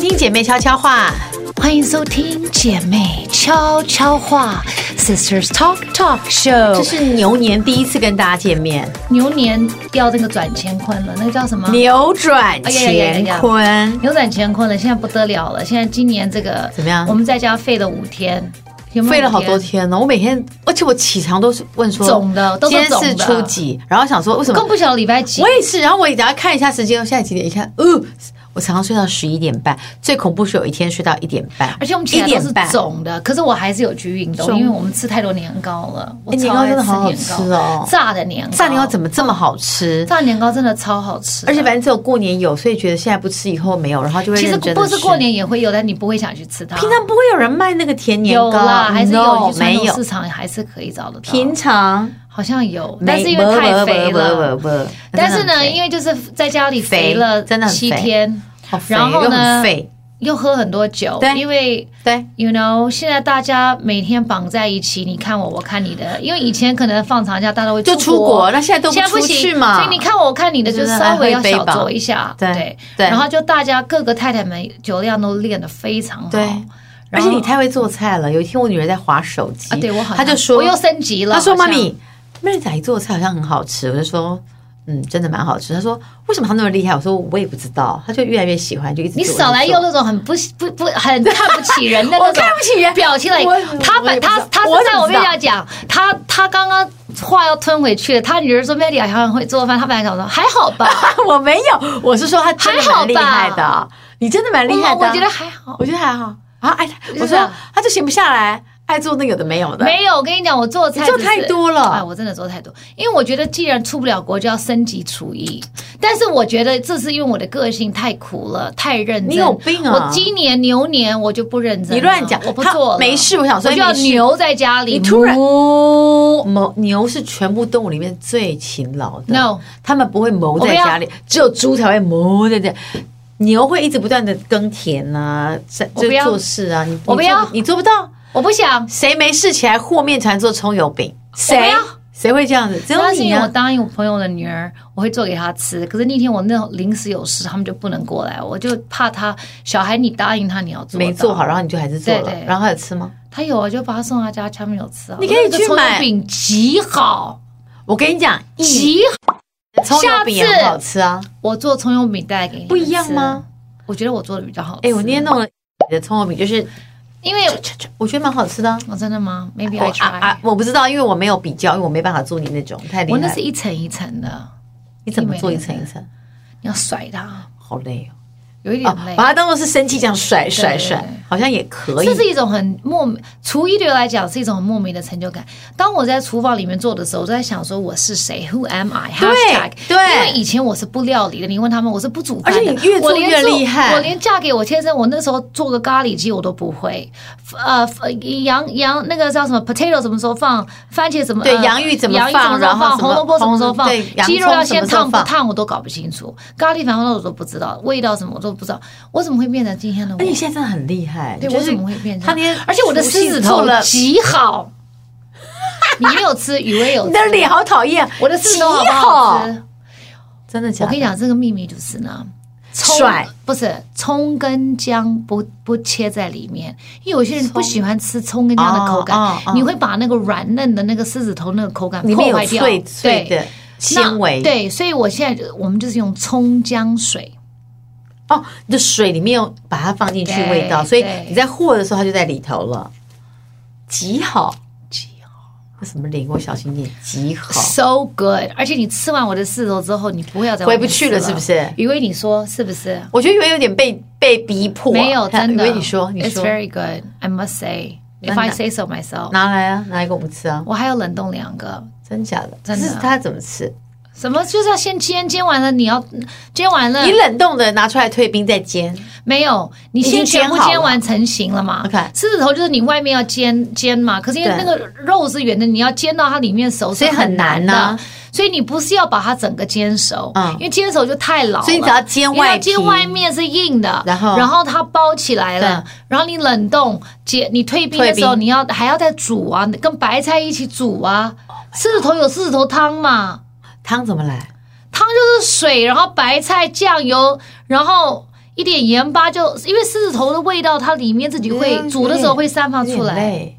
听姐妹悄悄话。欢迎收听姐妹悄悄话 Sisters Talk Talk 这 Show。是牛年第一次跟大家见面，牛年要那个转乾坤了，那个叫什么？扭转哎呀呀呀乾呀坤。扭转乾坤了，现在不得了了。现在今年这个怎么样我们在家废了五天，有没有费了好多五。天哦呢，我每天，而且我起床都是问说总的都是今天是总的初几，然后想说为什么更不晓得礼拜几我，也是，然后我也等下看一下时间，现在几点？一看，呃，我常常睡到十一点半，最恐怖是有一天睡到一点半，而且我们一起来都点是半。肿的，可是我还是有去运动，肿因为我们吃太多年糕了。我哎年超糕爱真的好好年糕吃哦炸的年糕，炸年糕怎么？么这么好吃？炸年糕真的超好吃的，而且反正只有过年有，所以觉得现在不吃以后没有，然后就会其实认真不的是过，年也会有，但你不会想去吃它。平常不会有人卖那个甜年有糕啦，还是有 No，去传没统有市？场还是可以找得到。平常，好像有，没但是因为太肥了。不，不不不不但是真的很呢，肥因为就是在家里肥了肥真的很七肥天，好肥然后又呢很废，又喝很多酒，对因为。对， You know，现在大家每天绑在一起，你看我，我看你的。因为以前可能放长假，大家会就出国，那现在都现在出行去嘛，所以你看我，我看你的，就就是稍微来喝要一杯小吧酌一下。对对然后就大家各个太太们酒量都练得非常好。啊对而然后且你太会做菜了。有一天我女儿在划手机，啊，对我好像，她就说我，又升级了。她说好妈像咪，妹妹仔姨做的菜好像很好吃。我就说，嗯，真的蛮好吃。她说为什么她那么厉害？我说我也不知道。她就越来越喜欢，就一直你做少来一直用做那种很不不不很看不起人 的我那种看不起人 表情来我。他我本也不他知道他是我怎在么我知面道前讲，他他刚刚话要吞回去了。他女儿说 m e l 好像会做饭，他本来想说还好吧，我没有，我是说他真的还好蛮厉害的，你真的蛮 我厉害的。我觉得，还好我。觉得还好啊。哎，是我说吧他就闲不下来，爱做那有的没有的。没有，我跟你讲，我做菜你做只是太多了哎，我真的做太多，因为我觉得既然出不了国，就要升级厨艺。但是我觉得这是因为我的个性太苦了，太认真。你有病啊我今年牛年我就不认真了，你乱讲我不他做了，没事我想说我就要没事牛在家里。你突然谋牛是全部动物里面最勤劳的 No 他们不会谋在家里，只有猪才会谋在这。牛会一直不断的耕田啊，在我就不要做事啊，你我不你要做不，你做不到。我 不想，谁没事起来和面团做葱油饼？谁要谁会这样子？只有那是你因为我啊！答应我朋友的女儿，我会做给她吃。可是那天我那种临时有事，他们就不能过来，我就怕她小孩，你答应她你要做，没做好，，然后你就还是做对了对，然后还有吃吗？她有啊，就把她送她家，他们有吃啊。你可以我那个去葱油买饼极好，我跟你讲，一极好。葱油饼也下次很好吃啊。我做葱油饼带给你们不一样吗吃？我觉得我做的比较好吃。哎、我那天弄了的葱油饼，就是因为我觉得蛮好吃的啊、 我真的吗？Maybe 我 I 啊啊 try。，我不知道，因为我没有比较，因为我没办法做你那种太厉我那害是了。一层一层的，你怎么做一层一层？你要甩它，好累哦！有一啊点累。，把它当做是生气这样甩甩对对甩对，好像也可以这。是一种很莫名，厨艺对我来讲是一种很莫名的成就感。当我在厨房里面做的时候，我都在想说我是谁，Who am I？对 Hashtag, 对因为以前我是不料理的，你问他们我是不煮饭的，而且你越做我连越厉害我连嫁给我先生，我那时候做个咖喱鸡我都不会，呃，呃羊羊那个叫什么 potato 怎么时候放，番茄怎么对呃洋芋怎么洋芋放怎么时然候后放，什么红萝卜什么时候红放对，洋鸡肉葱要什先么时候烫不放烫我都搞不清楚，咖喱反正我都不知道，味道什么我都不知道，我怎么会变成今天的我而？且现在真的很厉害，对，就我是怎么会变成他那天，而且我的狮子做头了，极好， 你没有吃，雨薇有你吃，的脸好讨厌。我的狮子头好不好极吃？真的假我的？跟你讲，这个秘密就是呢，葱甩不是葱跟姜不不切在里面，因为有些人不喜欢吃葱跟姜的口感，哦哦哦你会把那个软嫩的那个狮子头那个口感里面破有坏掉，脆脆对的纤维，那对，所以我现在就我们就是用葱姜水。哦，你的水里面有把它放进去对味道，所以对你在和的时候它就在里头了，极好。极好，那什么灵，我小心点，极好。 So good！而且你吃完我的狮头之后，你不会要再回不去了外面吃是不是雨薇，你说是不是？我觉得以为有点被被逼迫、啊，没有，真的。以为你说你 It's 说 very good. I must say, 那 if I 哪 say so myself. 拿来啊，拿来给我们吃啊，我还有冷冻两个，真假的？真的啊这是它怎么吃？什么就是要先煎，煎完了你要煎完了你冷冻的拿出来退冰再煎，没有？你已经先煎全部好了煎完成型了嘛 OK 狮子头就是你外面要煎煎嘛，可是因为对那个肉是圆的，你要煎到它里面熟，所以是很很难难啊的。所以你不是要把它整个煎熟，嗯因为煎熟就太老了。所以你只要煎你外要煎皮外面是硬的，然后然后它包起来了，然后你冷冻解你退冰的时候，退冰你要还要再煮啊，跟白菜一起煮啊。狮子头有狮子头汤嘛，汤怎么来？汤就是水，然后白菜、酱油，然后一点盐巴就，因为狮子头的味道，它里面自己会嗯煮的时候会散发出有点来。累。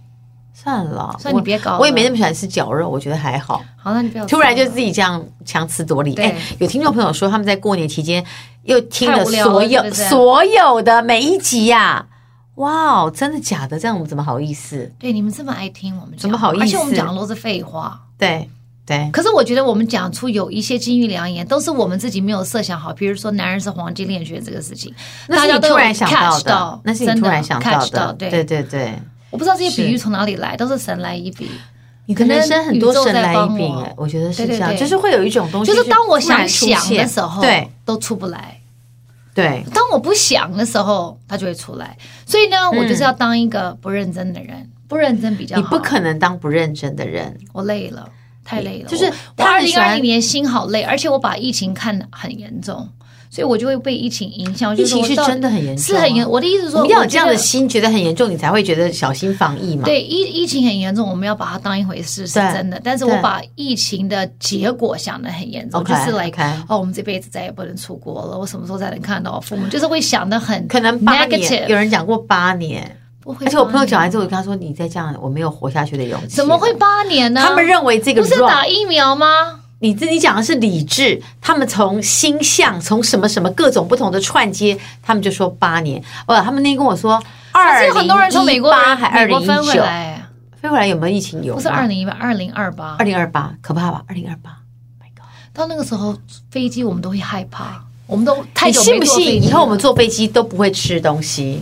算了，算你别搞了我，我也没那么喜欢吃绞肉，我觉得还好。好，那你不要突然就吃了自己这样强词夺理。对哎、有听众朋友说他们在过年期间又听太了无聊所了有是不是所有的每一集呀、哇哦，真的假的？这样我们怎么好意思？对哎你们这么爱听我们讲，怎么好意思而且我们讲的都是废话。对对，可是我觉得我们讲出有一些金玉良言，都是我们自己没有设想好。比如说，男人是黄金猎犬这个事情，那是大家你都有突然想 catch 到的，那是你真突的然想 catch 到到的，对对对对。我不知道这些比喻是从哪里来，都是神来一笔。你的可能人生很多宇宙神在来帮一笔我，哎我觉得是对对这样，对就是会有一种东西，就是当我突然想出想的现时候，对，都出不来；对，当我不想的时候，它就会出来。所以呢，我就是要当一个不认真的人，不认真比较好。嗯你不，可能当不认真的人，我累了，太累了。就是我他二很喜零欢二一年心好累，而且我把疫情看得很严重，所以我就会被疫情影响。我就疫情说是我到底真的很严重、是很严。。我的意思是我说，们要我有觉这样的得心，觉得很严重，你才会觉得小心防疫嘛。对疫疫情很严重，我们要把它当一回事是对真的。但是我对把疫情的结果想得很严重，就 OK，是 like OK 哦，我们这辈子再也不能出国了，我什么时候才能看到我父母？就是会想得很可能八年，有 negative。人讲过八年，不会而且我朋友讲八完年之后，我就跟他说：“你再这样，我没有活下去的勇气。”怎么会？八年呢？他们认为这个不是 run，打疫苗吗？你自己讲的是理智，他们从星象，从什么什么各种不同的串接，他们就说八年。呃，他们那天跟我说，可二是有很多人从美国人还二零美国一分回九，来，啊飞回来有没有疫情？有啊不是二零一八，二零二八二。零二八，可怕吧？二零二八。My God 到那个时候，飞机我们都会害怕，我们都哎太你久信没不坐飞信机以后我了们坐飞机都不会吃东西？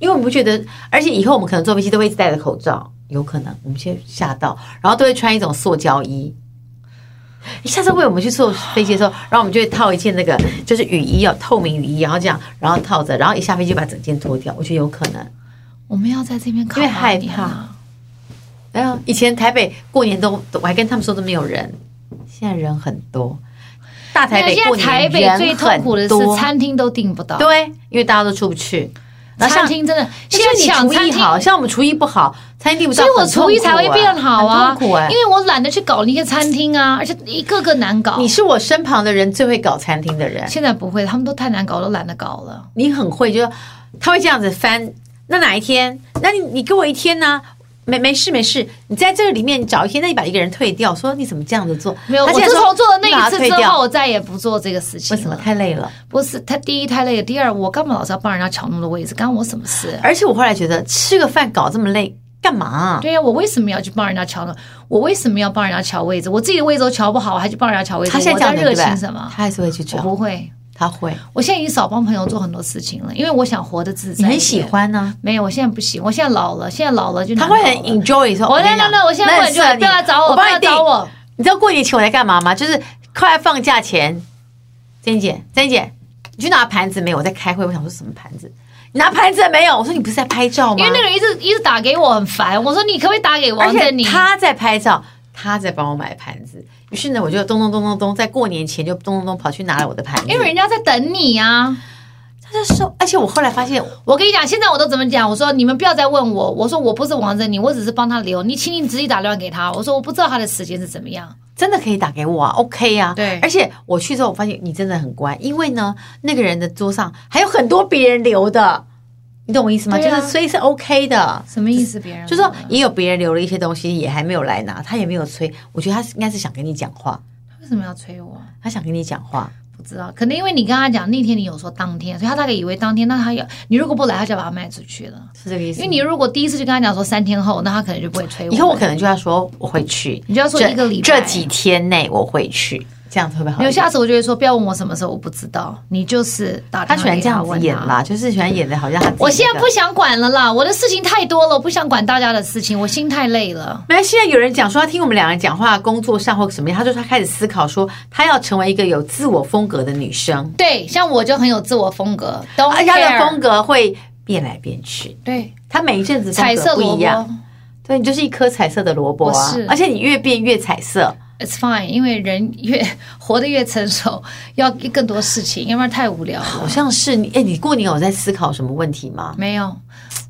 因为我们不觉得，而且以后我们可能坐飞机都会一直戴着口罩，有可能我们先吓到，然后都会穿一种塑胶衣。下次会我们去坐飞机的时候，然后我们就会套一件那个就是雨衣哦，透明雨衣，然后这样，然后套着，然后一下飞机把整件脱掉，我觉得有可能。我们要在这边考因为害八年怕啊哎呀，以前台北过年都我还跟他们说都没有人，现在人很多。大台北现过在年台北人最痛很苦的是多餐厅都订不到，对，因为大家都出不去。然后像餐厅真的现像在抢你厨餐艺厅，好，像我们厨艺不好，餐厅订不到所以我很痛苦厨艺才会啊变好啊很痛苦哎、因为我懒得去搞那些餐厅啊，而且一个个难搞你。是我身旁的人最会搞餐厅的人，现在不会，他们都太难搞，都懒得搞了。你很会，就是他会这样子翻。那哪一天？那你你给我一天呢、没没事没事，你在这里面找一天，那你把一个人退掉，说你怎么这样子做？没有，他我现在自说从做了那你把一他次退之掉后，我再也不做这个事为情了。什么太累了？不是他第一太累了，第二我干嘛老是要帮人家抢那么多位置，干我什么事？而且我后来觉得吃个饭搞这么累干嘛啊、对呀、我为什么要去帮人家抢呢？我为什么要帮人家抢位置？我自己的位置都抢不好，我还去帮人家抢位置？他现在我这样在子对热不对？情什么他？还是会去我找，不会。他会，我现在已经少帮朋友做很多事情了，因为我想活得自在。你很喜？欢呢、没有，我现在不行，我现在老了，现在老了就他难会搞很了 enjoy 说，我跟那你那讲那，我现在那不很很就适合你不要来找我，我不帮要你订来找。我。你知道过年前我在干嘛吗？就是快放假前，珍姐，珍姐，你去拿盘子没有？我在开会，我想说什么盘子？你拿盘子了没有？我说你不是在拍照吗因为？那个人一直一直打给我，很烦。我说你可不可以打给而王振且宁？他在拍照，他在帮我买盘子。于是呢，我就咚咚咚咚咚，在过年前就咚咚咚跑去拿了我的盘子。因为人家在等你啊！他就说，而且我后来发现，我跟你讲，现在我都怎么讲？我说你们不要再问我，我说我不是王振宁，我只是帮他留。你请你直接打电话给他，我说我不知道他的时间是怎么样。真的可以打给我啊，OK 啊。对而且我去之后，我发现你真的很乖，因为呢，那个人的桌上还有很多别人留的，你懂我意思吗？对啊嗯就是所以是 OK 的，什么意思？别人就说也有别人留了一些东西，也还没有来拿，他也没有催，我觉得他是应该是想跟你讲话，为什么要催我？他想跟你讲话，不知道，可能因为你跟他讲那天你有说当天，所以他大概以为当天，那他要你如果不来，他就把它卖出去了。是这个意思因吗。为你如果第一次就跟他讲说三天后，那他可能就不会催我。以后我可能就要说我会去，你就要说这一个礼拜这几天内我会去，这样子会不会好一没有，点？下次我就会说不要问我什么时候，我不知道，你就是打他电喜话欢给这样子问演他。啦，就是喜欢演的好像他自己啊我现在的不想管了啦，我的事情太多了，我不想管大家的事情，我心太累了。没有，现在有人讲说，他听我们两个人讲话，工作上或什么样，他说他开始思考说，他要成为一个有自我风格的女生，对，像我就很有自我风格，都而且她啊的风格会变来变去，对她每一阵子彩风色格不萝一卜样。对你就是一颗彩色的萝卜啊我是，而且你越变越彩色。 ，it's fine，因为人越活得越成熟，要更多事情，要不然太无聊好了。像是你，哎，你过年有在思考什么问题吗？没有，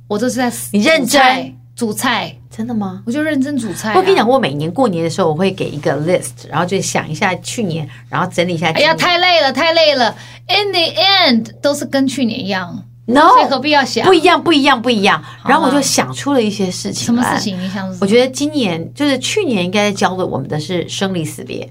我都是在你认真煮菜煮菜，真的吗？我就认真煮菜、啊。我跟你讲，我每年过年的时候，我会给一个 list，然后就想一下去年，然后整理一下。哎呀，太累了，太累了。In the end，都是跟去年一样， no，所以何必要想哦不一样，不一样，不一样。然后我就想出了一些事情。啊什么事？情？你想？我觉得今年就是去年应该教的我们的是生离死别。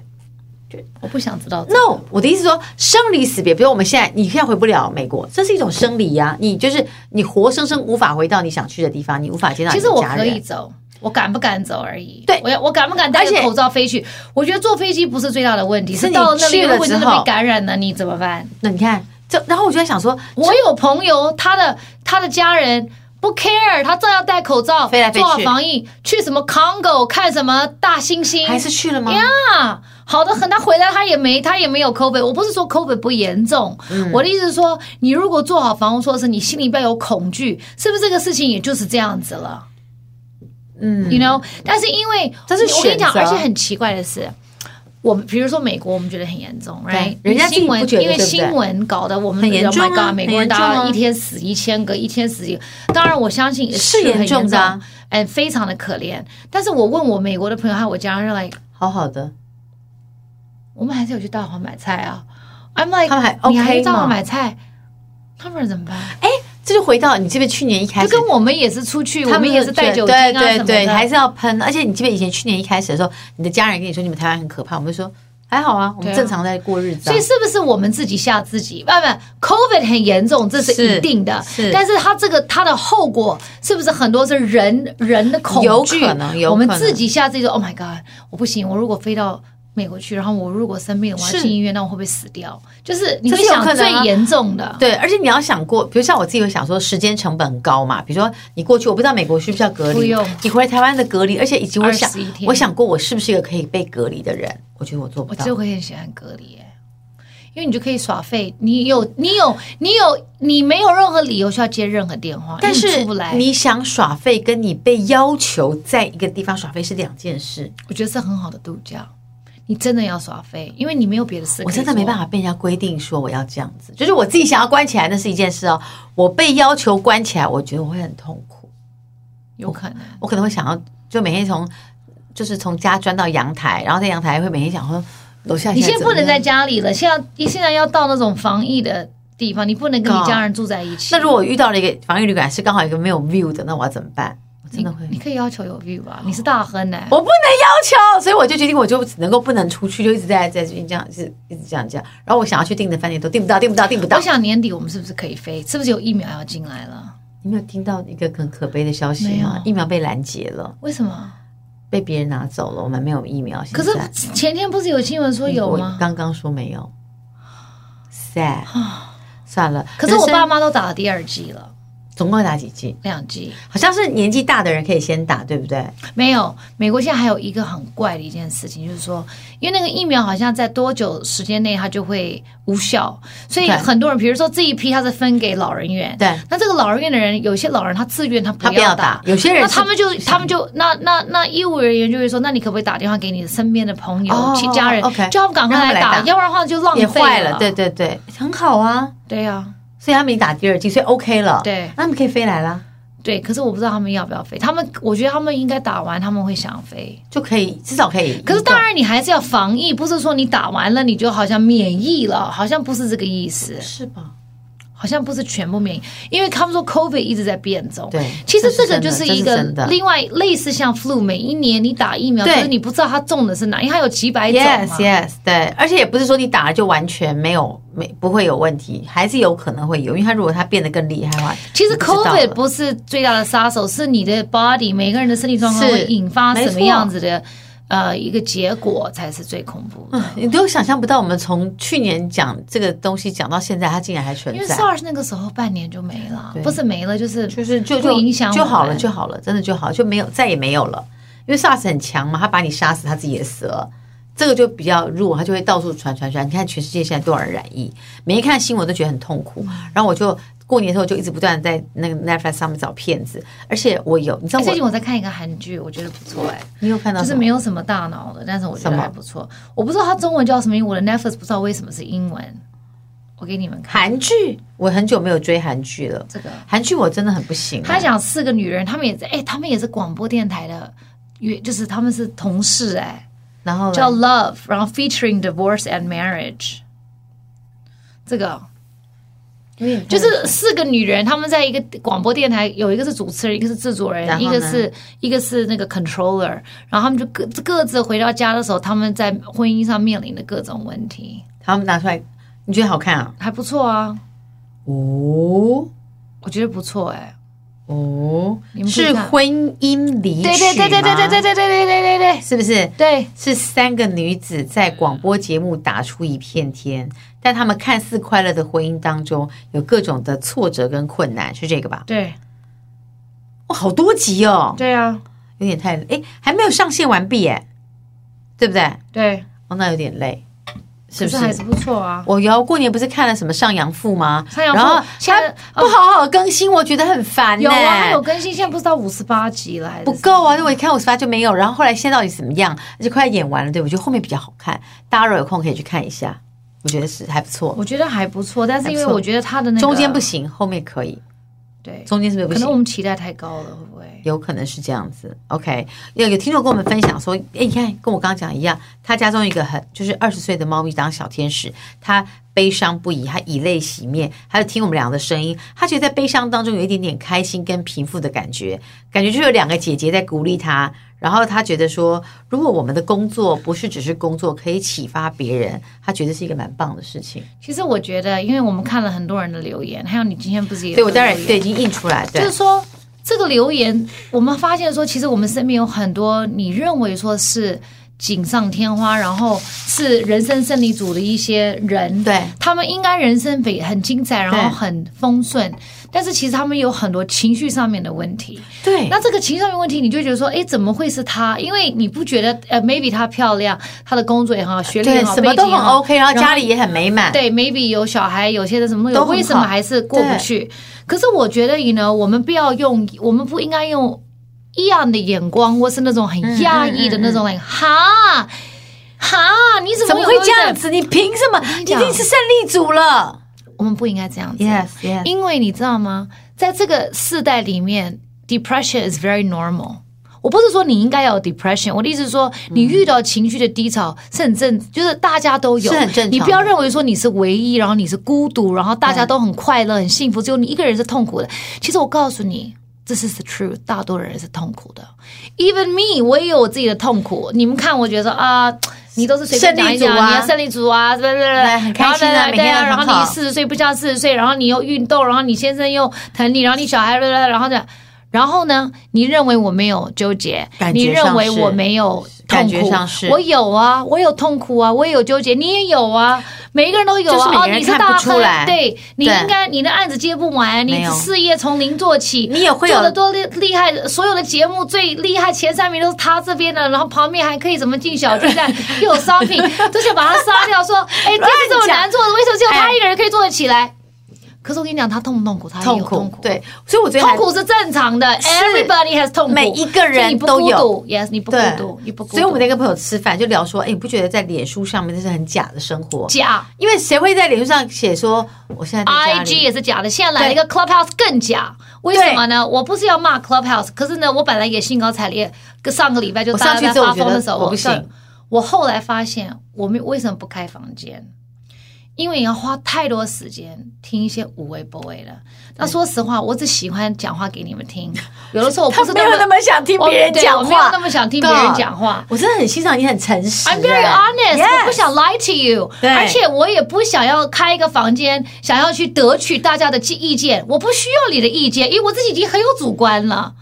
我不想知道。 No，我的意思说生离死别，比如我们现在你现在回不了美国，这是一种生离呀、你就是你活生生无法回到你想去的地方，你无法见到你其的实我家可以人。走，我敢不敢走而已。对我要我敢不敢戴而且着口罩飞去？我觉得坐飞机不是最大的问题，是你到那去里了如果之真的被后感染了，你怎么办？那你看这，然后我就在想说，我有朋友，他的他的家人不 care，他照样戴口罩，飞来飞去做好防疫，去什么 Congo 看什么大猩猩，还是去了吗？啊，好的很。他回来他也没他也没有 COVID，我不是说 COVID 不严重，嗯我的意思是说，你如果做好防护措施，你心里边有恐惧，是不是这个事情也就是这样子了？嗯，you know，但是因为这是我跟你讲，选择而且很奇怪的是。我们比如说美国，我们觉得很严重对，right？人家自己新闻不觉得因为对不对新闻搞得我们很严 Oh 重 my 啊 God，美国很严人重啊大概一天死一千个，一天死一个。当然，我相信是很严重的啊嗯，非常的可怜。但是我问我美国的朋友还有我家人，like 好好的，我们还是有去大华买菜啊。I'm like，他们还你还 OK 去大华吗买菜，他们怎么办？哎这就回到你这边去年一开就始，跟我们也是出去，我他们们也是带酒精对啊什对么对对，的。还是要喷。而且你记不记得以前去年一开始的时候，你的家人跟你说你们台湾很可怕，我们就说还好啊，我对们啊正常在过日子、啊。所以是不是我们自己吓自己？啊不不，COVID 很严重，这是是一定的。是但是它这个它的后果是不是很多是人人的恐有惧？可能有我们可能自己吓自己说：“Oh my God，我不行！我如果飞到美国去，然后我如果生病，我要是进医院，那我会不会死掉？”就是你这会是有想可能最啊严重的。对，而且你要想过，比如像我自己会想说，时间成本很高嘛。比如说你过去，我不知道美国需不需要隔不离用，你回来台湾的隔离，而且以及我想21，天我想过我是不是一个可以被隔离的人，我觉得我做不我到其实。我也很喜欢隔离、耶，因为你就可以耍废，你有你有你有你没有任何理由需要接任何电话，但因为你是出不来，你想耍废，跟你被要求在一个地方耍废是两件事。我觉得是很好的度假。你真的要耍废，因为你没有别的事，我真的没办法。法被人家规定说我要这样子，就是我自己想要关起来，那是一件事哦。我被要求关起来，我觉得我会很痛苦。有可能，我可能会想要，就每天从就是从家钻到阳台，然后在阳台会每天想说楼下你现在在怎么不能样在家里了，现在你现在要到那种防疫的地方，你不能跟你哦家人住在一起。那如果我遇到了一个防疫旅馆是刚好一个没有 view 的，那我要怎么办？我真你的会，哦你可以要求有 view 吧？你是大亨呢、我不能要求，所以我就决定我就只能够不能出去，就一直在在这边这样，一直一直这样这样。然后我想要去订的饭店都订不到，订不到，订不到我。想年底我们是不是可以飞？是不是有疫苗要进来了？你没有听到一个很可悲的消息没有吗？疫苗被拦截了，为什么？被别人拿走了，我们没有疫苗。可现在是前天不是有新闻说有我吗？刚刚说没有，sad。算了，可是我人生爸妈都打了第二剂了，总共要打几剂？两剂好像是年纪大的人可以先打，对不对？没有。美国现在还有一个很怪的一件事情，就是说，因为那个疫苗好像在多久时间内它就会无效，所以对很多人，比如说这一批它是分给老人院，对，那这个老人院的人，有些老人他自愿他不他不要打打，，有些人那是他们就他们就那那那医务人员就会说，那你可不可以打电话给你身边的朋友、哦其家人， ，OK 叫他们赶让快他们来来打，打要不然的话就浪也费坏了，对对对，很好啊。对啊，所以他们已经打第二剂，所以 OK 了。对那他们可以飞来啦，对。可是我不知道他们要不要飞，他们我觉得他们应该打完他们会想飞。就可以至少可以。可是当然，你还是要防疫，不是说你打完了你就好像免疫了，好像不是这个意思，是吧？好像不是全部免疫，因为他们说 COVID 一直在变种。对其实这个就这是真是的一这个是真的另外类似像 flu，每一年你打疫苗，可对是你不知道它中的是哪，因为它有几百种嘛。 Yes, yes，对，而且也不是说你打了就完全没有没不会有问题，还是有可能会有，因为他如果他变得更厉害的话，其实你不知道 COVID 了不是最大的杀手，是你的 body 每个人的身体状况是会引发什么没错样子的呃一个结果才是最恐怖的。你都想象不到，我们从去年讲这个东西讲到现在，它竟然还存因为在， SARS 那个时候半年就没了，对不是没了就是就是就不就影响就我们好了就好了，真的就好，就没有再也没有了。因为 SARS 很强嘛，他把你杀死，他自己也死了。这个就比较弱，他就会到处传传传。你看全世界现在多少人染疫，每一看新闻都觉得很痛苦。然后我就过年的时候就一直不断地在那个 Netflix 上面找骗子，而且我有，你知道哎最近我，我在看一个韩剧，我觉得不错哎、你有看到就是什么没有什么大脑的，但是我觉什得么还不错。我不知道它中文叫什么，因为我的 Netflix 不知道为什么是英文。我给你们看韩剧，我很久没有追韩剧了，这个。韩剧我真的很不行、他啊。讲四个女人，她们也在，哎、她们也是广播电台的，也就是她们是同事、哎，然后呢叫 Love，然后 featuring divorce and marriage，这个因为你就看是四个女人，她们在一个广播电台，有一个是主持人，一个是制作然人，后一呢个是一个是那个 controller，然后她们就各各自回到家的时候，她们在婚姻上面临的各种问题，他们拿出来，你觉得好看啊？还不错啊，哦我觉得不错、哎，哦你，们可以是看婚姻离曲对对对对对对，对对对对对对对是不是？对。是三个女子在广播节目打出一片天，但她们看似快乐的婚姻当中，有各种的挫折跟困难，是这个吧？对哇，好多集哦，对啊，有点太哎，还没有上线完毕哎，对不对？对，哦，那有点累，是不可是还是？是不错啊。我瑶过年不是看了什么《上阳赋》吗？上阳赋然后现在它不好好更新，我觉得很烦、呢。有啊，还有更新，现在不是到五十八集了，还是不够啊！因为我一看五十八就没有，然后后来现在到底怎么样？而且快演完了，对我觉得后面比较好看，大家如果有空可以去看一下，我觉得是还不错。我觉得还不错，但是因为还不错我觉得他的那个中间不行，后面可以，对，中间是不是不可能我行？们期待太高了，会不会？有可能是这样子。OK，有有听众跟我们分享说，哎，你看跟我刚刚讲一样，他家中有一个很就是二十岁的猫咪当小天使，他悲伤不已，他以泪洗面，还有听我们俩的声音，他觉得在悲伤当中有一点点开心跟平复的感觉，感觉就有两个姐姐在鼓励他。然后他觉得说，如果我们的工作不是只是工作，可以启发别人，他觉得是一个蛮棒的事情。其实我觉得，因为我们看了很多人的留言，还有你今天不是也对我当然有留对言已经印出来，对就是说这个留言，我们发现说，其实我们身边有很多你认为说是锦上添花，然后是人生胜利组的一些人，对他们应该人生比很精彩，然对后很丰顺，但是其实他们有很多情绪上面的问题。对那这个情绪上面问题，你就会觉得说，哎，怎么会是她？因为你不觉得呃，maybe 她漂亮，她的工作也很好，学历对也好，什么都背景也啊很好 OK，然后家里也很美满，对，maybe 有小孩，有些的什么东西，都我很好为什么还是过不去？可是我觉得你呢，我们不要用，我们不应该用异样的眼光，或是那种嗯很压抑的那种，like 哈哈，你怎怎么么有会东西这样在？子？你凭什么？你一讲定是胜利组了。我们不应该这样子 Yes, yes. 因为你知道吗？在这个世代里面，depression is very normal。我不是说你应该要有 depression，我的意思是说，嗯你遇到情绪的低潮是很正，就是大家都有，是很正常的你不要认为说你是唯一，然后你是孤独，然后大家都很快乐、很幸福，只有你一个人是痛苦的。其实我告诉你。This is the truth，大多人是痛苦的，even me，我也有我自己的痛苦。你们看，我觉得说啊，你都是随便讲一讲，胜利组啊你要胜利组啊，对对对，对很开心啊然后每对天对都很啊，然后好你四十岁不像四十岁，然后你又运动，然后你先生又疼你，然后你小孩，然后呢，然后呢，你认为我没有纠结感，觉你认为上是我没有感痛觉苦上是，我有啊，我有痛苦啊，我也有纠结，你也有啊，每一个人都有就是每啊，个哦，人你是看大不出亨来对你对应该你的案子接不完，没你有事业从零做起，你也会有做的多厉厉害，所有的节目最厉害前三名都是他这边的，然后旁边还可以怎么进小巨 蛋，又有商品，就想把他杀掉，说，哎，这是这么难做的，为什么哎只有他一个人可以做得起来？可是我跟你讲，他痛不痛苦？他也有痛痛苦，对，所以我觉得痛苦是正常的，everybody has 痛苦，每一个人所以你不都孤有独，yes，你不孤独，你不孤独，所以我们在跟朋友吃饭就聊说，哎，你不觉得在脸书上面那是很假的生 活？假因为谁会在脸书上写说我现在在家，IG 里？也是假的，现在来了一对个 Clubhouse 更假。为什么呢？我不是要骂 Clubhouse，可是呢，我本来也兴高采烈。上个礼拜就我大上家去在之后发疯我觉得的时候，我不上行。我后来发现，我们为什么不开房间？因为你要花太多时间听一些无谓不谓的。那说实话，我只喜欢讲话给你们听。有的时候我不他是没有那么想听我别人对讲我没有那话，么想听别人 God 讲话。我真的很欣赏你，很诚实。 I'm very 哎 honest，、我 Yes 不想 lie to you，对而且我也不想要开一个房间，想要去得取大家的意见，我不需要你的意见，因为我自己已经很有主观了。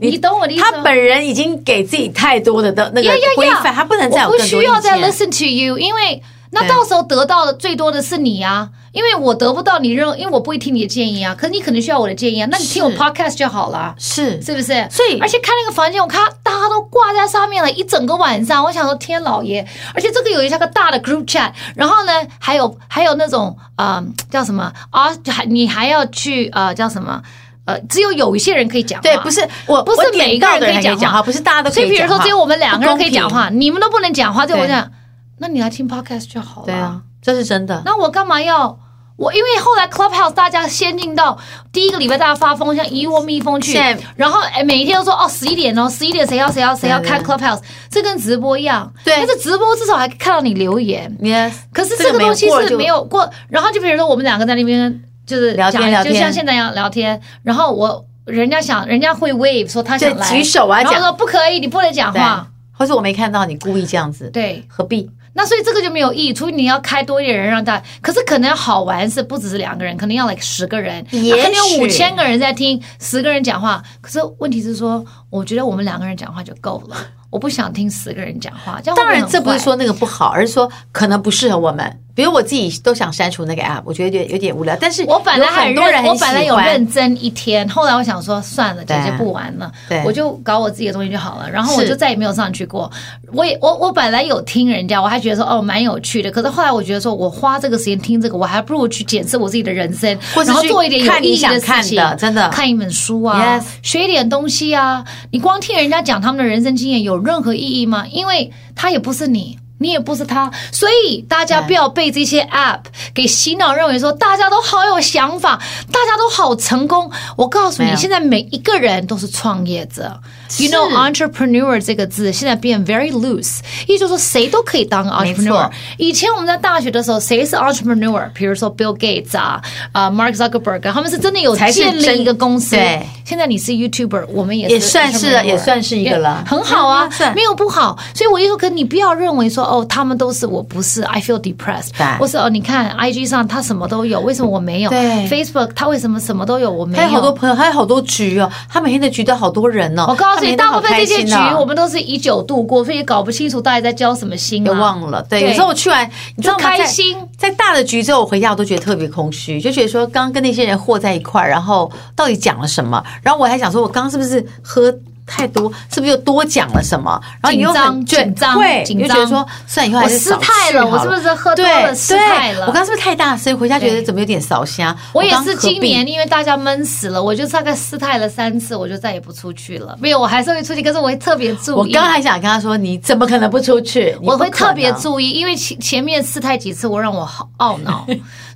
你懂我的意思他吗？本人已经给自己太多的的那个 Yeah, yeah, yeah 规范，他不能再有更我不多需要意再见。 listen to you，因为那对到时候得到的最多的是你啊，因为我得不到你任，因为我不会听你的建议啊，可是你可能需要我的建议啊，那你听我是 podcast 就好了。是是不是？所以而且看那个房间，我看大家都挂在上面了一整个晚上，我想说天老爷！而且这个有一下个大的 group chat，然后呢，还有还有那种呃叫什么啊，还你还要去呃叫什么呃，只有有一些人可以讲话，对，不是我不是我点每一个到人的可以人才讲讲话话，不是大家都可所以比如讲说话只有我们两个人不可公以讲话，你们都不能讲话，对我对讲，那你来听 podcast 就好了。平，对啊，这是真的。那我干嘛要？我因为后来 Clubhouse 大家先进到第一个礼拜大家发疯，像一窝蜜蜂去现在，然后哎每一天都说哦十一点哦十一点谁要谁要谁要对看 Clubhouse，这跟直播一样，对但是直播至少还可以看到你留言， Yes，可是这个没有东西过了是就没有过，然后就比如说我们两个在那边就是聊天讲聊就像天现在一样聊天，然后我人家想人家会 wave 说他想对来举手啊然后讲说不可以，你不能讲对话，，或是我没看到你故意这样子，，对。何必？那所以这个就没有意义，除非你要开多一点人让大家，可是可能好玩是不只是两个人，可能要来十个人，也那可能有五许千个人在听，十个人讲话。可是问题是说，我觉得我们两个人讲话就够了，我不想听十个人讲话。这样会当会然很，这不是坏说那个不好，而是说可能不适合我们。比如我自己都想删除那个 app，我觉得有点有点无聊。但是我本来有很很多人认，很我喜本来有欢认，真一天，后来我想说算了，姐对啊姐不玩了对，我就搞我自己的东西就好了。然后我是就再也没有上去过。我也我我本来有听人家，我还觉得说哦蛮有趣的，可是后来我觉得说我花这个时间听这个，我还不如去检视我自己的人生，或者然后去做一点有看意你义想事看情，的，真的看一本书啊 Yes 学一点东西啊。你光听人家讲他们的人生经验有任何意义吗？因为他也不是你。你也不是他，所以大家对不要被这些 app 给洗脑，认为说大家都好有想法，大家都好成功。我告诉没你，有现在每一个人都是创业者。You 是 know entrepreneur 这个字现在变 very loose，也就是说谁都可以当没错 entrepreneur。以前我们在大学的时候，谁是 entrepreneur？比如说 Bill Gates 啊，啊、Mark Zuckerberg，啊他们是真的有才是建立真一个公司。对，现在你是 YouTuber，我们也也算是啊 entrepreneur 也算是一个了也很好啊嗯算，没有不好。所以我就说，可你不要认为说哦，他们都是我不是，I feel depressed，对我是哦，你看 IG 上他什么都有，为什么我没有对？Facebook 他为什么什么都有，我没他有？有好多朋友，他有好多局哦，他每天的局都好多人哦。我告诉他每天你，都大好部分这些开局心哦我们都是以酒度过，所以也搞不清楚到底在交什么心也啊。忘了。对，对有时候我去完，你知道吗？开在心在大的局之后，我回家我都觉得特别空虚，就觉得说刚刚跟那些人和在一块儿，然后到底讲了什么？然后我还想说，我刚刚是不是喝？太多是不是又多讲了什么？然后你又很紧张紧张会，紧你张就觉得说，算了以后还是少我失态去好了我是不是喝多了对失态对了我刚是不是太大声？回家觉得对怎么有点烧香？我也刚是何今必年，因为大家闷死了，我就大概失态了三次，我就再也不出去了。没有，我还是会出去，可是我会特别我注意。刚还想跟他说，你怎么可能不出去？你我不会可特别能注意，因为前前面失态几次，我让我好 懊恼，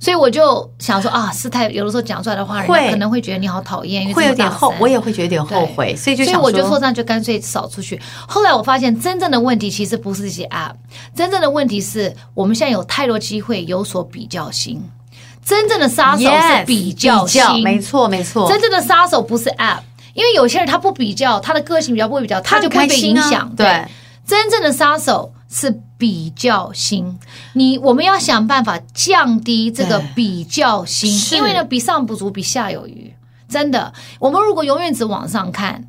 所以我就想说啊，失态有的时候讲出来的话，人家会可能会觉得你好讨厌，因为会有这么点大后声，我也会觉得有点后悔，所以就所想以我就说，那就干脆少出去。后来我发现，真正的问题其实不是这些 app，真正的问题是我们现在有太多机会有所比较心。真正的杀手 Yes，是比较心没错没错，真正的杀手不是 app，因为有些人他不比较，他的个性比较不会比较，他就不会被影他很开心响啊。对，真正的杀手是比较心，你我们要想办法降低这个对比较是心，因为呢，比上不足，比下有余。真的，我们如果永远只往上看，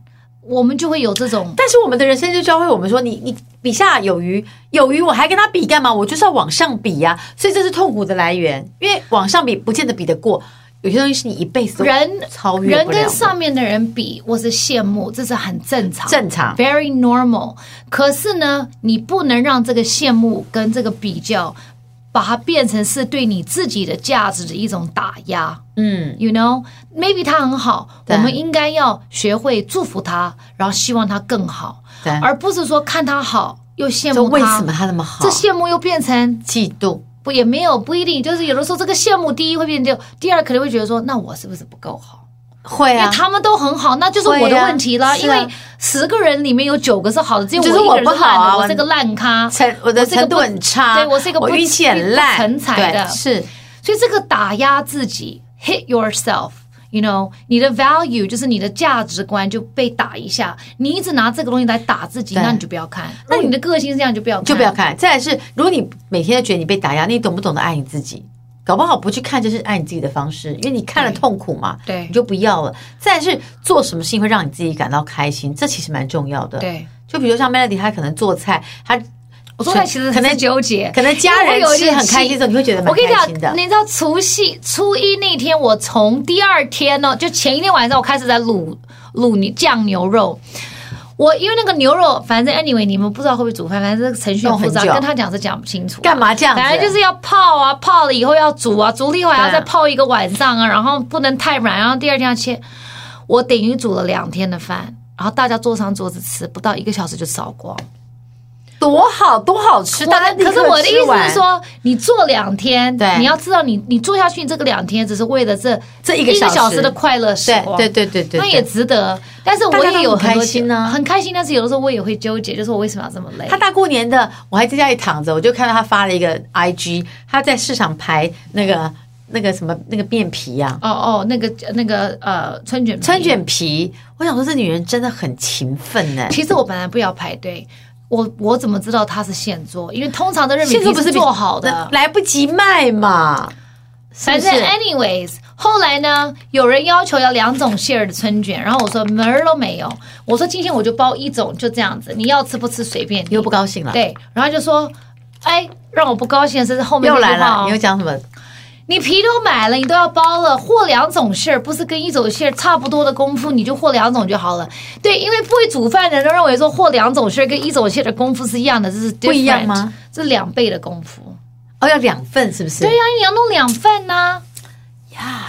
我们就会有这种。但是我们的人生就教会我们说，你你比下有余，有余我还跟他比干嘛？我就是要往上比呀、所以这是痛苦的来源，因为往上比不见得比得过，有些东西是你一辈子都人超越人不了跟的上面的人比，我是羡慕，这是很正常，正常 very normal。可是呢，你不能让这个羡慕跟这个比较，把它变成是对你自己的价值的一种打压。嗯， You know, maybe 他很好，我对们应该要学会祝福他，然后希望他更好，对，而不是说看他好又羡嗯就慕他。为什么他那么好这？羡慕又变成嫉妒，不也没有不一定，就是有的时候这个羡慕第一会变成第二，可能会觉得说，那我是不是不够好？会因为啊，他们都很好，那就是我的问题了。会啊因是啊为十个人里面有九个是好的，只有就是我一个我人不是烂好啊的，我我是个烂咖。程我的我是个程度不很差，对我是一个不运气很烂，不成才的对是所以这个打压自己，hit yourself，you know，你的 value 就是你的价值观就被打一下，你一直拿这个东西来打自己，对那你就不要看。那你的个性是这样，你就不要看，就不要。看。再来是，如果你每天都觉得你被打压，你懂不懂得爱你自己？搞不好不去看就是爱你自己的方式，因为你看了对痛苦嘛，对你就不要了。再来是做什么事情会让你自己感到开心，这其实蛮重要的。，对，就比如像 Melody，她可能做菜，她我说那其实可能很纠结，可能家人因为我有一吃点很开心的时候，你会觉得蛮我跟你开心的讲，。你知道除夕初一那天，我从第二天呢，就前一天晚上，我开始在卤卤牛酱牛肉。我因为那个牛肉，反正 anyway，你们不知道会不会煮饭，反正这个程序很复杂，弄很久跟他讲是讲不清楚。啊干嘛这样子？反正就是要泡啊，泡了以后要煮啊，煮了以后还要对再泡一个晚上啊，然后不能太软，然后第二天要切。我等于煮了两天的饭，然后大家坐上桌子吃，不到一个小时就烧光。多好多好吃，我大家的立可刻是我的意吃思完是，说，你做两天，对你要知道你你做下去这个两天，只是为了这这一一个小时时的快乐时对光，对对对对，那也值得。但是大我家都也有很开多心啊很开心。但是有的时候我也会纠结，就是我为什么要这么累？他大过年的，我还在家里躺着，我就看到他发了一个 IG，他在市场排那个那个什么那个面皮呀、哦哦，那个那个呃，春卷春。卷皮。我想说，这女人真的很勤奋呢、其实我本来不要排队，我我怎么知道它是现做？因为通常的任饼在皮是做好的。来不及卖嘛。是不反是正 anyways，后来呢，有人要求要两种馅儿的春卷，然后我说门儿都没有，我说今天我就包一种，就这样子，你要吃不吃随便你。你又不高兴了，对，然后就说，哎，让我不高兴的是后面又那句来话了，哦你又讲什么？你皮都买了，你都要包了，和两种馅儿，不是跟一种馅儿差不多的功夫，你就和两种就好了。对，因为不会煮饭的人都认为说和两种馅儿跟一种馅儿的功夫是一样的，这是 different, 不一样吗？这是两倍的功夫。哦，要两份是不是？对呀、你要弄两份呐、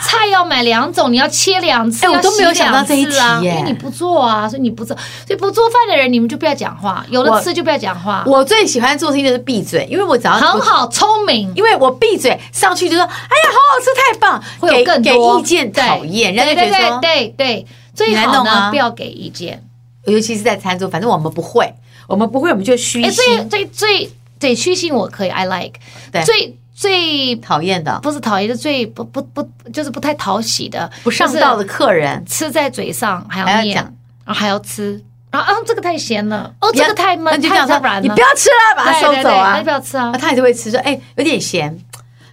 菜要买两种，你要切两次，哎我要都没有洗两想到这一题次啊耶因为你不做啊，所以你不做，所以不做饭的人你们就不要讲话，有我的吃就不要讲话，我最喜欢做的事情就是闭嘴，因为我只要很好，聪明。因为我闭嘴上去就说：“哎呀，好好吃，太棒！”会有更给多给意见对讨厌，人家就对觉得对说，对对，最你来好弄呢啊不要给意见。尤其是在餐桌，反正我们不会，我们不会，我们就虚哎，心。最最最对虚心我可以，I like。对最最讨厌的、不是讨厌，是最不不不就是不太讨喜的，不上道的就是客人，吃在嘴上还要还要念讲，然后还要吃，然后啊这个太咸了，哦你要这个太那闷你就太讲说太软你了不，要吃了，把它对收对走对啊那就不要吃啊那他也就会吃说，哎，有点咸，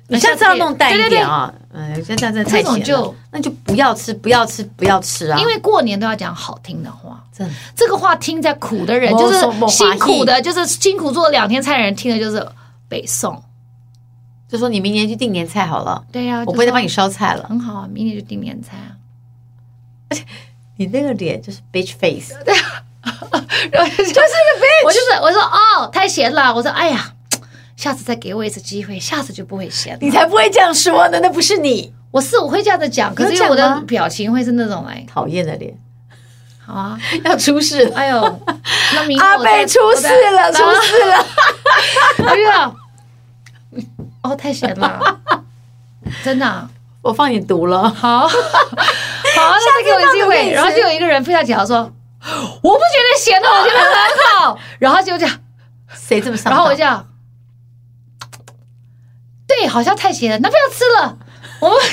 你下次要弄淡一点啊。嗯，像这样真的太这种咸了就，那就不要吃，不要吃，不要吃啊。因为过年都要讲好听的话。真的这个话听在苦的人，我就是说我辛苦怀的，就是辛苦做了两天菜的人，听的就是北宋。就说你明年去订年菜好了，对呀、我不会再帮你。你烧菜了。很好啊，明年就订年菜啊。你那个脸就是 bitch face，然后就是我就是我说哦，太咸了。我说哎呀，下次再给我一次机会，下次就不会咸 了。你才不会这样说呢，那不是你我是我会这样子讲，可是你因有为我讲的吗表情会是那种哎，讨厌的脸， 好啊，要出事了，哎 呦，那明天阿我再贝出事了，出事了。 我遇到，哦，太 咸了，真的啊、我放你毒了，好，好，那再给我一次机会。然后就有一个人非常讲说，我不觉得咸的，哦我觉得很 好。然后就这样，谁这么上然道？后我就这样，对，好像太咸了，那不要吃 了。我们啊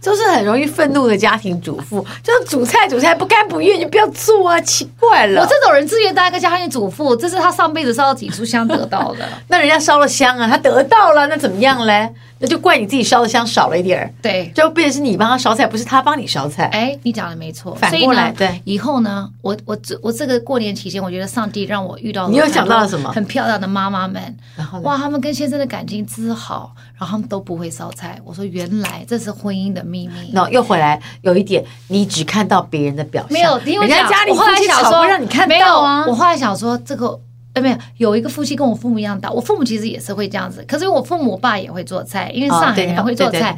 就就是很容易愤怒的家庭主妇，就是煮菜煮菜不甘不愿，你不要做啊，奇怪了。我这种人自愿当一个家庭主妇，这是他上辈子烧了几炷香得 到的。那人家烧了香啊，他得到了，那怎么样嘞？那就怪你自己烧的香少了一点儿，对，就变成是你帮他烧菜，不是他帮你烧菜。哎，你讲的没错。反所以过呢来对以后呢，我我这我这个过年期间，我觉得上帝让我遇到了你又很想到多了什么很漂亮的妈妈们，然后呢哇，他们跟先生的感情之好，然后他们都不会烧菜。我说原来这是婚姻的秘密。那、又回来有一点，你只看到别人的表象，没有，因为人家家里我夫后来妻想吵说不让你看没到啊有，我。后来想说这个。哎，没有，有一个夫妻跟我父母一样大，我父母其实也是会这样子，可是我父母我爸也会做菜，因为哦上海对你人爸会做对对菜，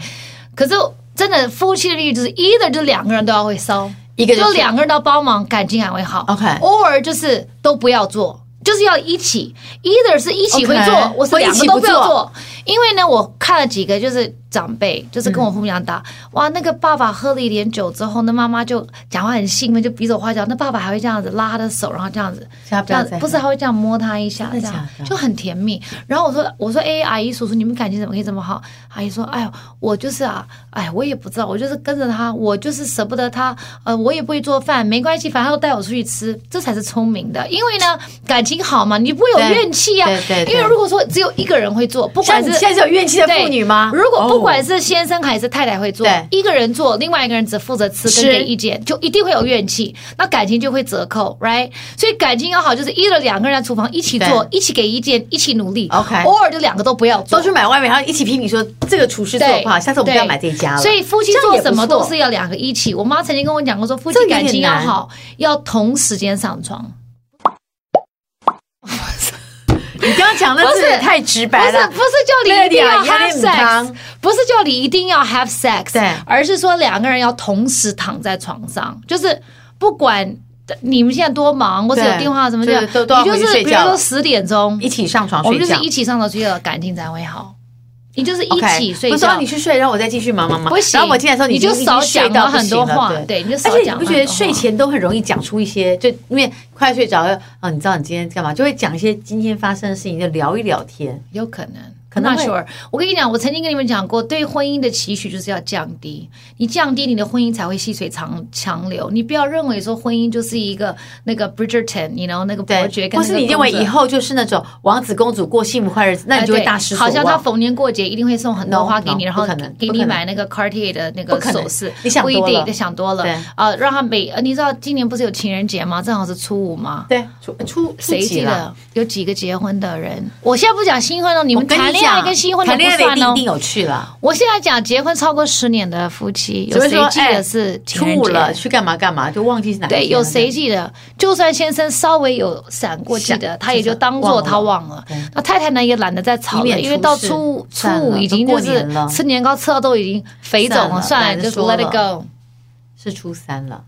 可是真的夫妻的利益就是，either 就两个人都要会烧，一个人就去两个人都要帮忙，感情还会好。 OK 偶尔就是都不要做，就是要一起，either 是一起会做 OK，我是或两一个起都不不要做做，因为呢，我看了几个就是长辈，就是跟我父母一样大，嗯哇，那个爸爸喝了一点酒之后，那妈妈就讲话很兴奋，就比手画脚，那爸爸还会这样子拉他的手，然后这样子，叫他不这要样再喝不是还会这样摸他一下，这真的样假的就很甜蜜。然后我说我说哎，阿姨叔叔，你们感情怎么可以这么好？阿姨说哎呦，我就是啊，哎，我也不知道，我就是跟着他，我就是舍不得他，呃，我也不会做饭，没关系，反正他都带我出去吃，这才是聪明的，因为呢，感情好嘛，你不会有对怨气啊。对对对因为如果说只有一个人会做，不像管你是现在是有怨气的妇女吗？对如果不管哦是先生还是太太会做对，一个人做，另外一个人只负责吃吃跟给意见，就一定会有怨气，那感情就会折扣，right？所以感情要好，就是一了两个人在厨房一起做，一起给意见，一起努力 OK 偶尔就两个都不要做都。去买外面，然后一起批评说这个厨师做对得不好，下次我们不要对买这一家了。所以夫妻这样做也什不么错都是要两个一起。我妈曾经跟我讲过说，夫这妻个有感情点要难好，要同时间上床。你刚刚讲的不是真的太直白了不是，不是叫你一定要对呀 have 有点母 sex，汤不是叫你一定要 have sex，对而是说两个人要同时躺在床上，就是不管你们现在多忙，或者有电话什么对的，对都都要你就回去是睡比觉如说了十点钟，一起上床我们睡就是觉，一起上床睡觉，感情才会好。你就是一 OK，起睡不是觉说你，去睡，然后我再继续忙忙忙。不行。然后我进来的时候你已经就少讲已经睡到不很行多了话，对。对，你就而少且你讲了很多话。不觉得睡前都很容易讲出一些，就因为快睡着了，啊，你知道你今天干嘛，就会讲一些今天发生的事情，就聊一聊天。有可能，可能 Not 会 sure。我跟你讲，我曾经跟你们讲过，对婚姻的期许就是要降低，你降低你的婚姻才会细水长长流。你不要认为说婚姻就是一个那个 Bridgerton，你 know 那个伯爵对，跟或那是个你认为公主以后就是那种王子公主过幸福快日子，那你就会大失所哎好望。像他逢年过节一定会送很多 No，花给你 no，然后不可能给不你可能买那个 Cartier 的那不个可能首饰，你想不一多定了你想多了对啊。让他每呃你知道今年不是有情人节吗？正好是初五吗？对出出出谁几记了？得有几个结婚的人？我现在不讲新婚哦，你我们跟谈你恋爱讲，跟新婚的谈不恋爱的一算定哦一。定有趣了。我现在讲结婚超过十年的夫妻，有只会谁说记得是情初人五节？了去干嘛干嘛，就忘记是哪一对，天有了谁记得？就算先生稍微有闪过记想得，他也就就是当做忘他了忘了嗯对。那太太呢也懒得再吵以了，免因为出到事初五初算五了已都经就过是年了吃年糕吃到都已经肥肿算了，了算懒了，得就说 let it 了 go。是初三了。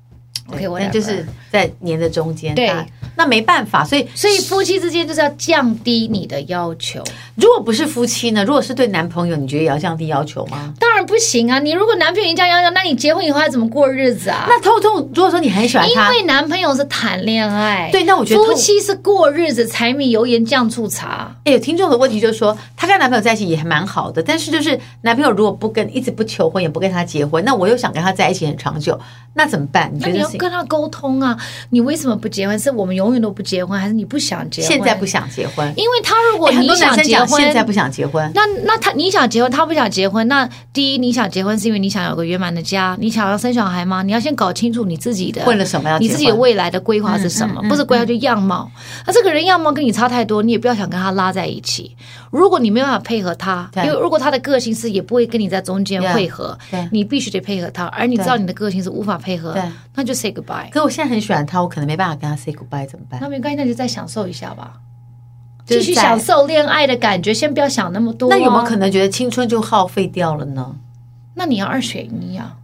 OK，对我但就是在年的中间，对大家，那没办法，所以所以夫妻之间就是要降低你的要求。如果不是夫妻呢？如果是对男朋友，你觉得也要降低要求吗？当然不行啊！你如果男朋友已经这样要求，那你结婚以后还怎么过日子啊？那痛痛，如果说你很喜欢因他，为男朋友是谈恋爱，对那我觉得夫痛妻是过日子，柴米油盐酱醋茶。哎，有听众的问题就是说，她跟男朋友在一起也还蛮好的，但是就是男朋友如果不跟一直不求婚，也不跟她结婚，那我又想跟他在一起很长久，那怎么办？你那觉你得要是跟他沟通啊，你为什么不结婚？是我们永远都不结婚，还是你不想结婚？现在不，想结婚？因为他如果哎很你多男想生结讲婚，现在不想结婚，那那他你想结婚，他不想结婚。那第一，你想结婚是因为你想有个圆满的家，你想要生小孩吗？你要先搞清楚你自己的为了什么要结你婚自己的未来的规划是什么，不是规划就样貌。那这个人样貌跟你差太多，你也不要想跟他拉在一起。如果你没办法配合他，因对为如果他的个性是也不会跟你在中间 Yeah，汇合对，你必须得配合他。而你知道你的个性是无法配合对，那就 say goodbye。可我现在很喜欢他，我可能没办法跟他 say goodbye，怎么办？那没关系，那就再享受一下吧，就是继续在享受恋爱的感觉，先不要想那么多。啊那有没有可？能觉得青春就耗费掉了呢？那你要二选一啊。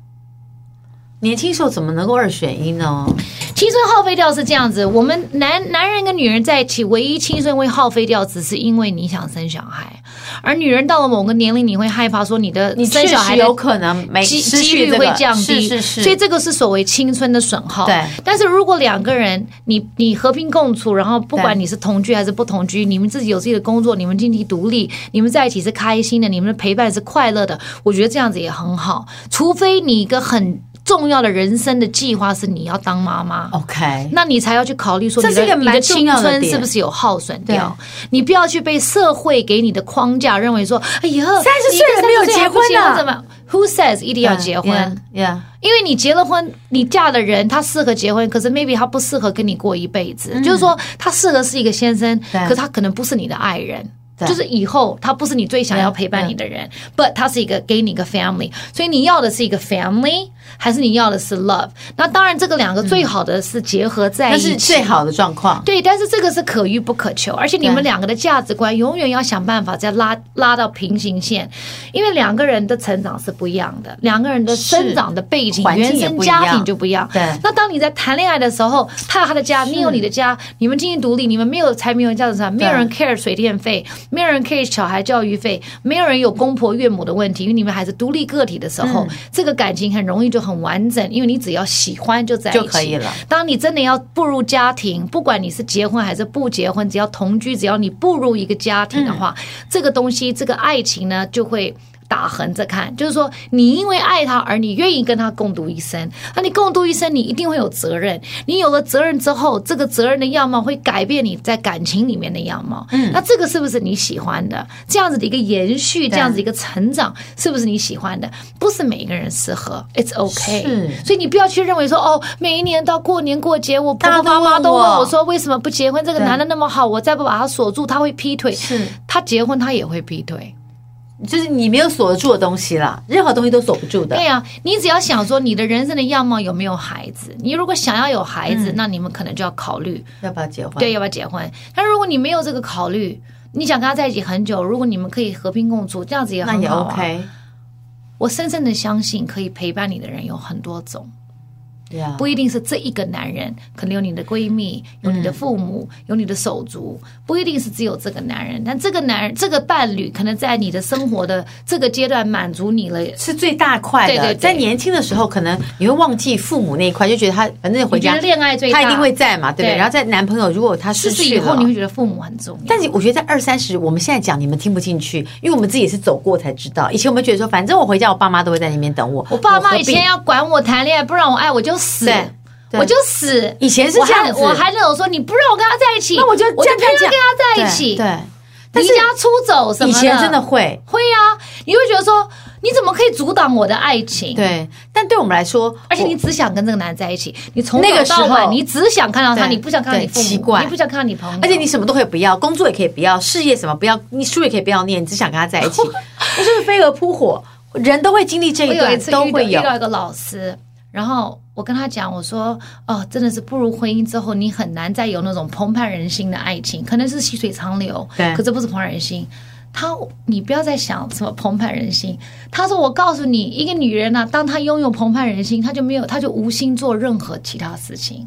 年轻时候怎么能够二选一呢？青春耗费掉是这样子，我们男男人跟女人在一起，唯一青春会耗费掉，只是因为你想生小孩，而女人到了某个年龄，你会害怕说你的你生确小孩实的有可能没几失几去率这会个降低，是是所以是，这个是所谓青春的损耗。对，但是如果两个人你你和平共处，然后不管对你是同居还是不同居，你们自己有自己的工作，你们经济独立，你们在一起是开心的，你们的陪伴是快乐的，我觉得这样子也很好。除非你一个很重要的人生的计划是你要当妈妈。 OK，那你才要去考虑说你这的是一个你蛮的重青要的春点是不是有耗损掉？你不要去被社会给你的框架认为说，哎呀，30三岁了没有结婚啊怎么？Who says 一定嗯要结婚？ ，Yeah，因为你结了婚，你嫁的人他适合结婚，可是嗯 maybe 他不适合跟你过一辈子。就是说，他适合是一个先生，对可他可能不是你的爱人。对就是以后他不是你最想要陪伴你的人，but 他是一个给你一个 family，所以你要的是一个 family，还是你要的是 love？那当然，这个两个最好的是结合在那一嗯起，是最好的状况。对，但是这个是可遇不可求，而且你们嗯对两个的价值观永远要想办法再拉拉到平行线，因为两个人的成长是不一样的，两个人的生长的背景、环境原也生不一家庭样就不一样。对那当你在谈恋爱的时候，他有他的家，你有你的家，你们经济独立，你们没有柴米油盐酱醋茶，没有人 care 水电费，没有人 care 小孩教育费，没有人有公婆岳母的问题，因为你们还是独立个体的时候，嗯这个感情很容易就很完整，因为你只要喜欢就在一起就可以了。当你真的要步入家庭，不管你是结婚还是不结婚，只要同居，只要你步入一个家庭的话，这个东西，这个爱情呢，就会。打横着看，就是说，你因为爱他而你愿意跟他共度一生，那你共度一生，你一定会有责任。你有了责任之后，这个责任的样貌会改变你在感情里面的样貌。嗯，那这个是不是你喜欢的？这样子的一个延续，这样子一个成长，是不是你喜欢的？不是每个人适合，It's OK。是所以你不要去认为说哦，每一年到过年过节，我婆婆妈大妈家哦都都问问我我说为什么不结婚？这个男的那么好，我再不把他锁住，他会劈腿。是他结婚他也会劈腿。就是你没有锁得住的东西啦，任何东西都锁不住的对。哎呀、你只要想说你的人生的样貌有没有孩子，你如果想要有孩嗯子，那你们可能就要考虑要不要结婚？对要不要结婚。但如果你没有这个考虑，你想跟他在一起很久，如果你们可以和平共处，这样子也那很也好啊。 OK。我深深的相信，可以陪伴你的人有很多种。 Yeah 不一定是这一个男嗯人，可能有你的闺蜜，有你的父母，有你的手足，不一定是只有这个男人。但这个男人，这个伴侣，可能在你的生活的这个阶段满足你了，是最大块的。对对对在年轻的时候，可能你会忘记父母那一块，就觉得他反正回你家觉得恋爱最他大一定会在嘛，对不对？对然后在男朋友如果他失自此去以后了你。会觉得父母很重要。但是我觉得在二三十，我们现在讲你们听不进去，因为我们自己也是走过才知道。以前我们觉得说，反正我回家，我爸妈都会在那边等我。我爸妈何以必前要管我谈恋爱，不让我爱我就死对，对我就死。以前是这样子我还我还那种说你不让我跟他在一起，那我就我就这样偏要讲跟他在一起，对，对但离是家出走什么以前真的会，会啊，你会觉得说你怎么可以阻挡我的爱情？，对，但对我们来说，而且我你只想跟这个男人在一起，你从那个早时候到晚你只想看到他，对你不想看到你父对奇母，怪你不想看到你朋友，而且你什么都可以不要，工作也可以不要，事业什么不要，你书也可以不要念，你只想跟他在一 起，那就是飞蛾扑火，人都会经历这我一有一段，次都遇到会遇有。到一个老师，然后我跟他讲，我说哦，真的是步入婚姻之后，你很难再有那种澎湃人心的爱情，可能是细水长流，对可这不是澎湃人心。他，你不要再想什么澎湃人心。他说：“我告诉你，一个女人呢、啊当她拥有澎湃人心，她就没有，她就无心做任何其他事情。”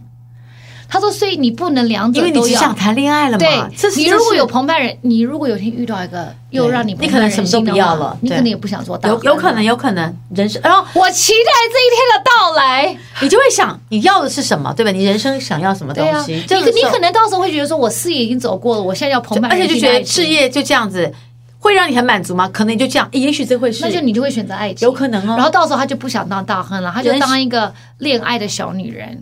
他说：“所以你不能两者因为你都只要。想谈恋爱了嘛，这对，是你如果有这澎湃人，你如果有一天遇到一个又对让你你澎可湃能人什么心都的不要话了你可对能也不想做是大有有饭可了能有可能人生，然后我期待这一天的到来。 你就会想你要的是什么，对吧？你人生想要什么东对啊，西你？这个可你时候可能到时候会觉得说，我事业已经走过了，我现在要澎湃而人且心的爱情，就觉得事业就这样子，会让你很满足吗？可能你就这样，也许这会是那就你就会选择爱情，有可能哦然后到时候他就不想当大亨了，他就人当一个恋爱的小女人，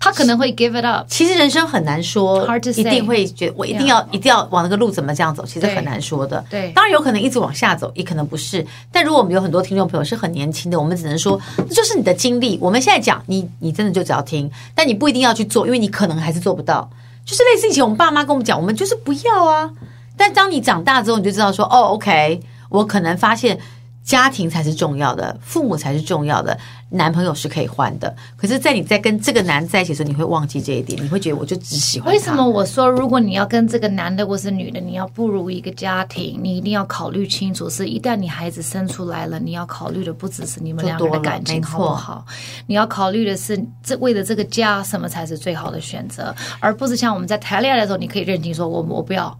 他可能会 give it up。其实人生很难说 Hard to，say 一定会觉得我一定要一定要往那个路怎么这样走，其实对很难说的。对当然有可能一直往下走，也可能不是。但如果我们有很多听众朋友是很年轻的，我们只能说那就是你的经历。我们现在讲你，你真的就只要听，但你不一定要去做，因为你可能还是做不到。就是类似以前我们爸妈跟我们讲，我们就是不要啊。但当你长大之后，你就知道说，哦，OK，我可能发现家庭才是重要的，父母才是重要的，男朋友是可以换的。可是，在你在跟这个男在一起的时候，你会忘记这一点，你会觉得我就只喜欢他为什么我说，如果你要跟这个男的或是女的，你要步入一个家庭，你一定要考虑清楚，是一旦你孩子生出来了，你要考虑的不只是你们两个人的感情就好多了不好，你要考虑的是这为了这个家什么才是最好的选择，而不是像我们在谈恋爱的时候，你可以认定说我我不要。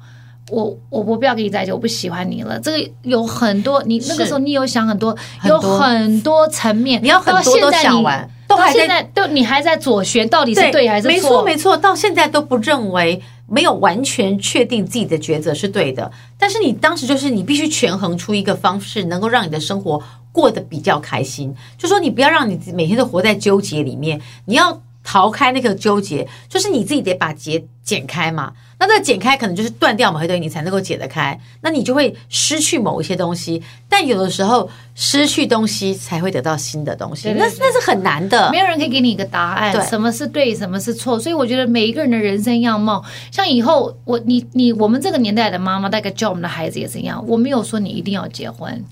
我我我不要跟你在一起，我不喜欢你了。这个有很多，你那个时候你有想很多，很有多很多层面。你要很到多现都在想你完都到还在现在都你还在左旋，到底是对还是没错错没错，到现在都不认为没有完全确定自己的抉择是对的，但是你当时就是你必须权衡出一个方式，能够让你的生活过得比较开心，就说你不要让你每天都活在纠结里面，你要。逃开那个纠结，就是你自己得把结剪开嘛。那这个剪开可能就是断掉某些东西，你才能够解得开。那你就会失去某一些东西，但有的时候失去东西才会得到新的东西，对对那是那是很难的。 没有人可以给你一个答对案，什么是对，什么是错。所以我觉得每一个人的人生样貌，像以后我你你我们这个年代的妈妈，大概教我们的孩子也是一样。我没有说你一定要结婚，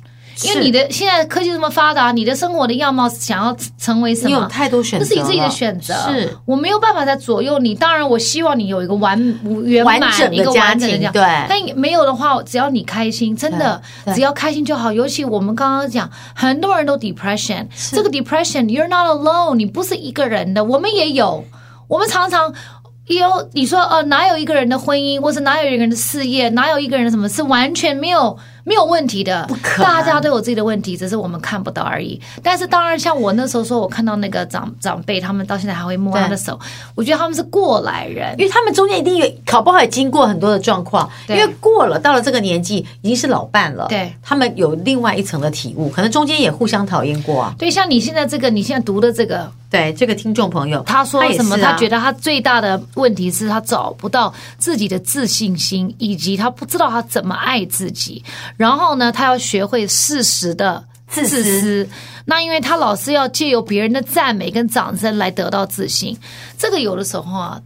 因为你的现在科技这么发达，你的生活的样貌想要成为什你有么？太多选择这了，是你自己的选择，是我没有办法再左右你。当然，我希望你有一个完圆满完整的一个完整的家庭家，对但也没有的话，只要你开心，真的对对只要开心就好。尤其我们刚刚讲，很多人都 depression，这个 depression，you're not alone，你不是一个人的，我们也有，我们常常。有你说呃，哪有一个人的婚姻，或是哪有一个人的事业，哪有一个人的什么是完全没有没有问题的？不可能大家都有自己的问题，只是我们看不到而已。但是当然，像我那时候说，我看到那个长长辈，他们到现在还会摸他的手，我觉得他们是过来人。因为他们中间一定有考不好，也经过很多的状况，因对为过了到了这个年纪，已经是老伴了，对，他们有另外一层的体悟，可能中间也互相讨厌过啊。对，像你现在这个，你现在读的这个，对，这个听众朋友，他说也什么？是啊他觉得他最大的问题是他找不到自己的自信心，以及他不知道他怎么爱自己。然后呢，他要学会适时的自私私。那因为他老是要借由别人的赞美跟掌声来得到自信，这个有的时候啊，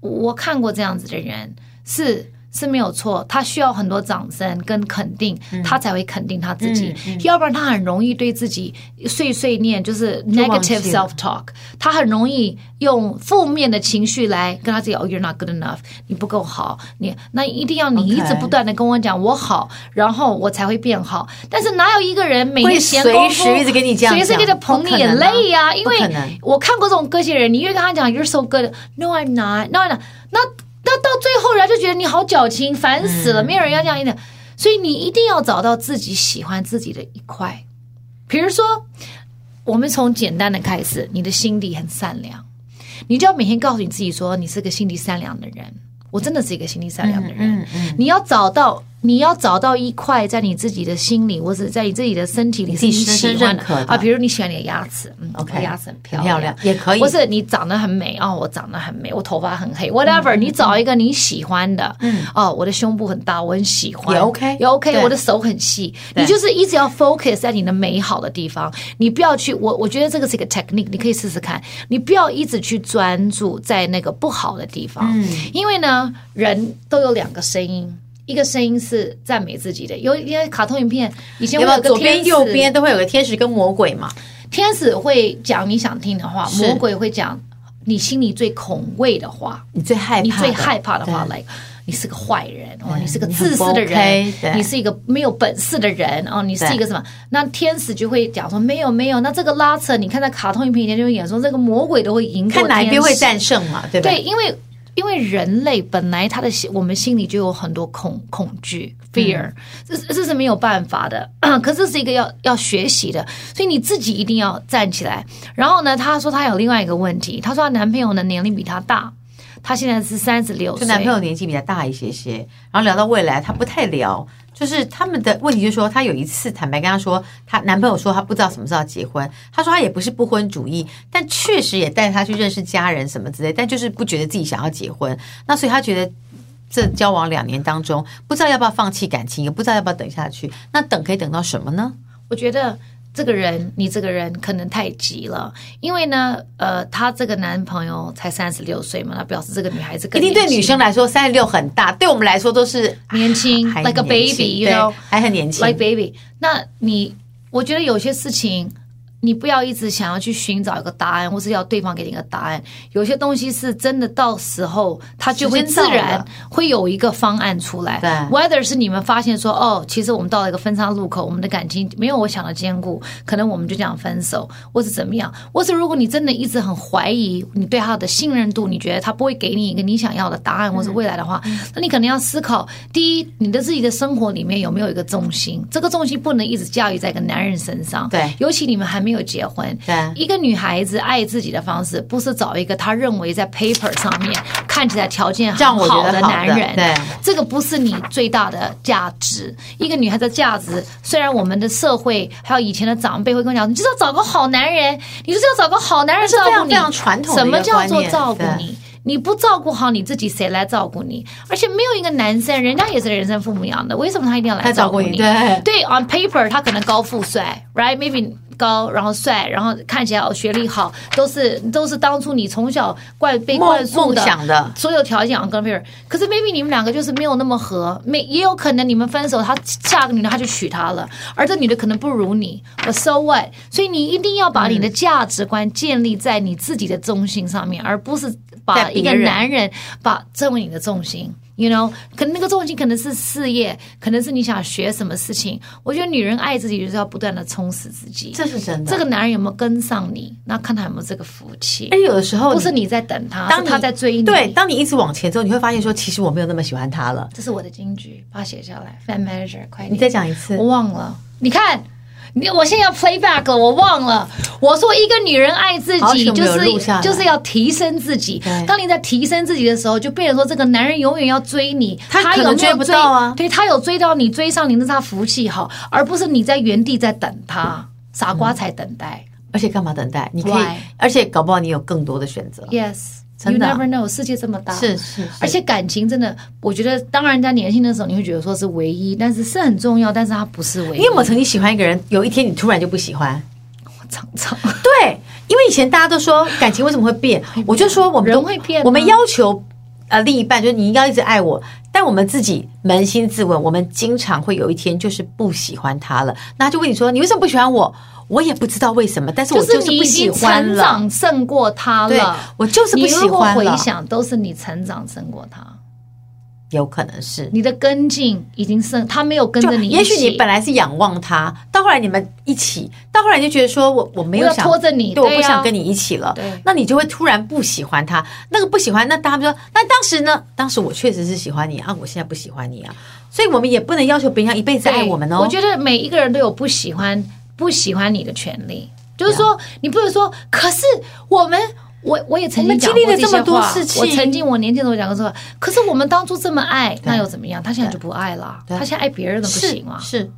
我看过这样子的人是。是没有错，他需要很多掌声跟肯定，嗯他才会肯定他自己，要不然他很容易对自己碎碎念，就是忘记 negative 了 self talk，他很容易用负面的情绪来跟他自己哦，you're not good enough，你不够好，你那一定要你一直 OK 不断的跟我讲我好，然后我才会变好。但是哪有一个人每会天闲工随时夫一直跟你这样随时讲给他不捧你可眼能啊泪呀、因不为可能我看过这种个性人，你越跟他讲 you're so good，no I'm not，no I'm not，那那到最后人家就觉得你好矫情，烦死嗯了，没有人要这样一点。所以你一定要找到自己喜欢自己的一块，比如说，我们从简单的开始，你的心地很善良，你就要每天告诉你自己说，你是个心地善良的人。我真的是一个心地善良的嗯人。你要找到，你要找到一块在你自己的心里，或者在你自己的身体里你是自己你喜深欢深的认可的啊。比如你喜欢你的牙齿，嗯 OK，我牙齿很漂很漂亮也可以或是你长得很美哦，我长得很美，我头发很黑，whatever，、你嗯找一个你喜欢的，嗯，哦，我的胸部很大，我很喜欢，也 OK，也 OK，对我的手很细，对你就是一直要 focus 在你的美好的地方，你不要去，我我觉得这个是一个 technique，你可以试试看，你不要一直去专注在那个不好的地方，嗯因为呢，人都有两个声音。一个声音是赞美自己的，有一些卡通影片以前有没有我有个左天边使右边都会有个天使跟魔鬼嘛？天使会讲你想听的话，是魔鬼会讲你心里最恐畏的话，你最害怕的，你最害怕的话对来。like 你是个坏人哦，对你是个你很自私不的 OK，人，对你是一个没有本事的人哦，你是对一个什么？那天使就会讲说没有没有，那这个拉扯，你看在卡通影片里面就会演说这个魔鬼都会赢过看哪一边天会使战胜嘛，对不对？因为因为人类本来他的心，我们心里就有很多恐恐惧 fear，、这嗯是这是没有办法的。 可是这是一个要要学习的，所以你自己一定要站起来。然后呢，她说她有另外一个问题，她说她男朋友呢年龄比她大，她现在是三十六就岁，男朋友年纪比较大一些些，然后聊到未来，他不太聊，就是他们的问题，就是说她有一次坦白跟她说，她男朋友说他不知道什么时候要结婚，她说她也不是不婚主义，但确实也带她去认识家人什么之类，但就是不觉得自己想要结婚，那所以她觉得。这交往两年当中，不知道要不要放弃感情，也不知道要不要等下去。那等可以等到什么呢？我觉得这个人，你这个人可能太急了，因为呢，呃，她这个男朋友才三十六岁嘛，那表示这个女孩子一更定对年轻女生来说，三十六很大，对我们来说都是年轻还，like a 年轻 baby，you 对 know。还很年轻 like。baby，那你我觉得有些事情，你不要一直想要去寻找一个答案，或是要对方给你一个答案。有些东西是真的，到时候它就会时间自到了然会有一个方案出来。对 whether 是你们发现说，哦，其实我们到了一个分岔路口，我们的感情没有我想的坚固，可能我们就这样分手，或是怎么样，或是如果你真的一直很怀疑你对他的信任度，你觉得他不会给你一个你想要的答嗯案，或是未来的话，那你可能要思考，第一，你的自己的生活里面有没有一个重心，这个重心不能一直驾驭在一个男人身上，对尤其你们还没有结婚，对一个女孩子爱自己的方式，不是找一个她认为在 paper 上面看起来条件这样我很觉得的好的男人，对这个不是你最大的价值。一个女孩的价值，虽然我们的社会还有以前的长辈会跟我讲，你就是要找个好男人，你就是要找个好男人这照是非常顾你。非常传统的什么一个叫观做念照顾对你？你不照顾好你自己，谁来照顾你？而且没有一个男生，人家也是人生父母养的，为什么他一定要来他照照顾顾你你？对对，on paper 他可能高富帅，right？Maybe 高，然后帅，然后看起来哦学历好，都是都是当初你从小灌被梦灌输的梦想的所有条件 on paper。可是 maybe 你们两个就是没有那么合，没也有可能你们分手，他下个女的他就娶她了，而这女的可能不如你，but so what？所以你一定要把你的价值观建立在你自己的中心上面，而不是在把别一个人男人把成为你的重心。You know，可能那个重心可能是事业，可能是你想学什么事情。我觉得女人爱自己就是要不断的充实自己。这是真的。这个男人有没有跟上你？那看他有没有这个福气而。且有的时候不是你在等他，当是你啊他在追你。对，，当你一直往前之后，你会发现说，其实我没有那么喜欢他了。这是我的金句，把它写下来。Fan manager，快你点！再讲一次我，忘了，你看。你我现在要 playback 了，我忘了。我说一个女人爱自好己，久没就有是录下来就是要提升自己对。当你在提升自己的时候，就变成说这个男人永远要追你，他可有能没有追不追到啊对他有追到你，追上你那是他福气好，而不是你在原地在等他，傻瓜才等待。而且干嘛等待？你可以 Why？，而且搞不好你有更多的选择。 Yes，you 嗯真的啊 never know，世界这么大，是是，而且感情真的，我觉得当然在年轻的时候你会觉得说是唯一，但是是很重要，但是它不是唯一。你有没有曾经喜欢一个人，有一天你突然就不喜欢？我常常对，因为以前大家都说感 情为什么会变，我就说我们都人会变吗我们要求呃另一半就是你应该一直爱我，但我们自己扪心自问，我们经常会有一天就是不喜欢他了，那他就问你说你为什么不喜欢我？我也不知道为什么，但是我就是你不已喜经欢成了。长胜过他对了。，我就是不你喜如果欢回了，想，都是你成长胜过他，有可能是。你的跟进已经胜，他没有跟就着你一起。也许你本来是仰望他，到后来你们一起，到后来你就觉得说我我没有我要想拖着你对，我对不呀想跟你一起了对。那你就会突然不喜欢他，那个不喜欢，那他们说，那当时呢？当时我确实是喜欢你啊，我现在不喜欢你啊，所以我们也不能要求别人要一辈子爱对我们哦。我觉得每一个人都有不喜欢不喜欢你的权利，就是说你不能说，可是我们。我我也曾我们经讲经历过了这这么些多话事情我曾经我年轻的时候讲过这话，可是我们当初这么爱，那又怎么样？他现在就不爱了，对他现在爱别人的不是行啊。是，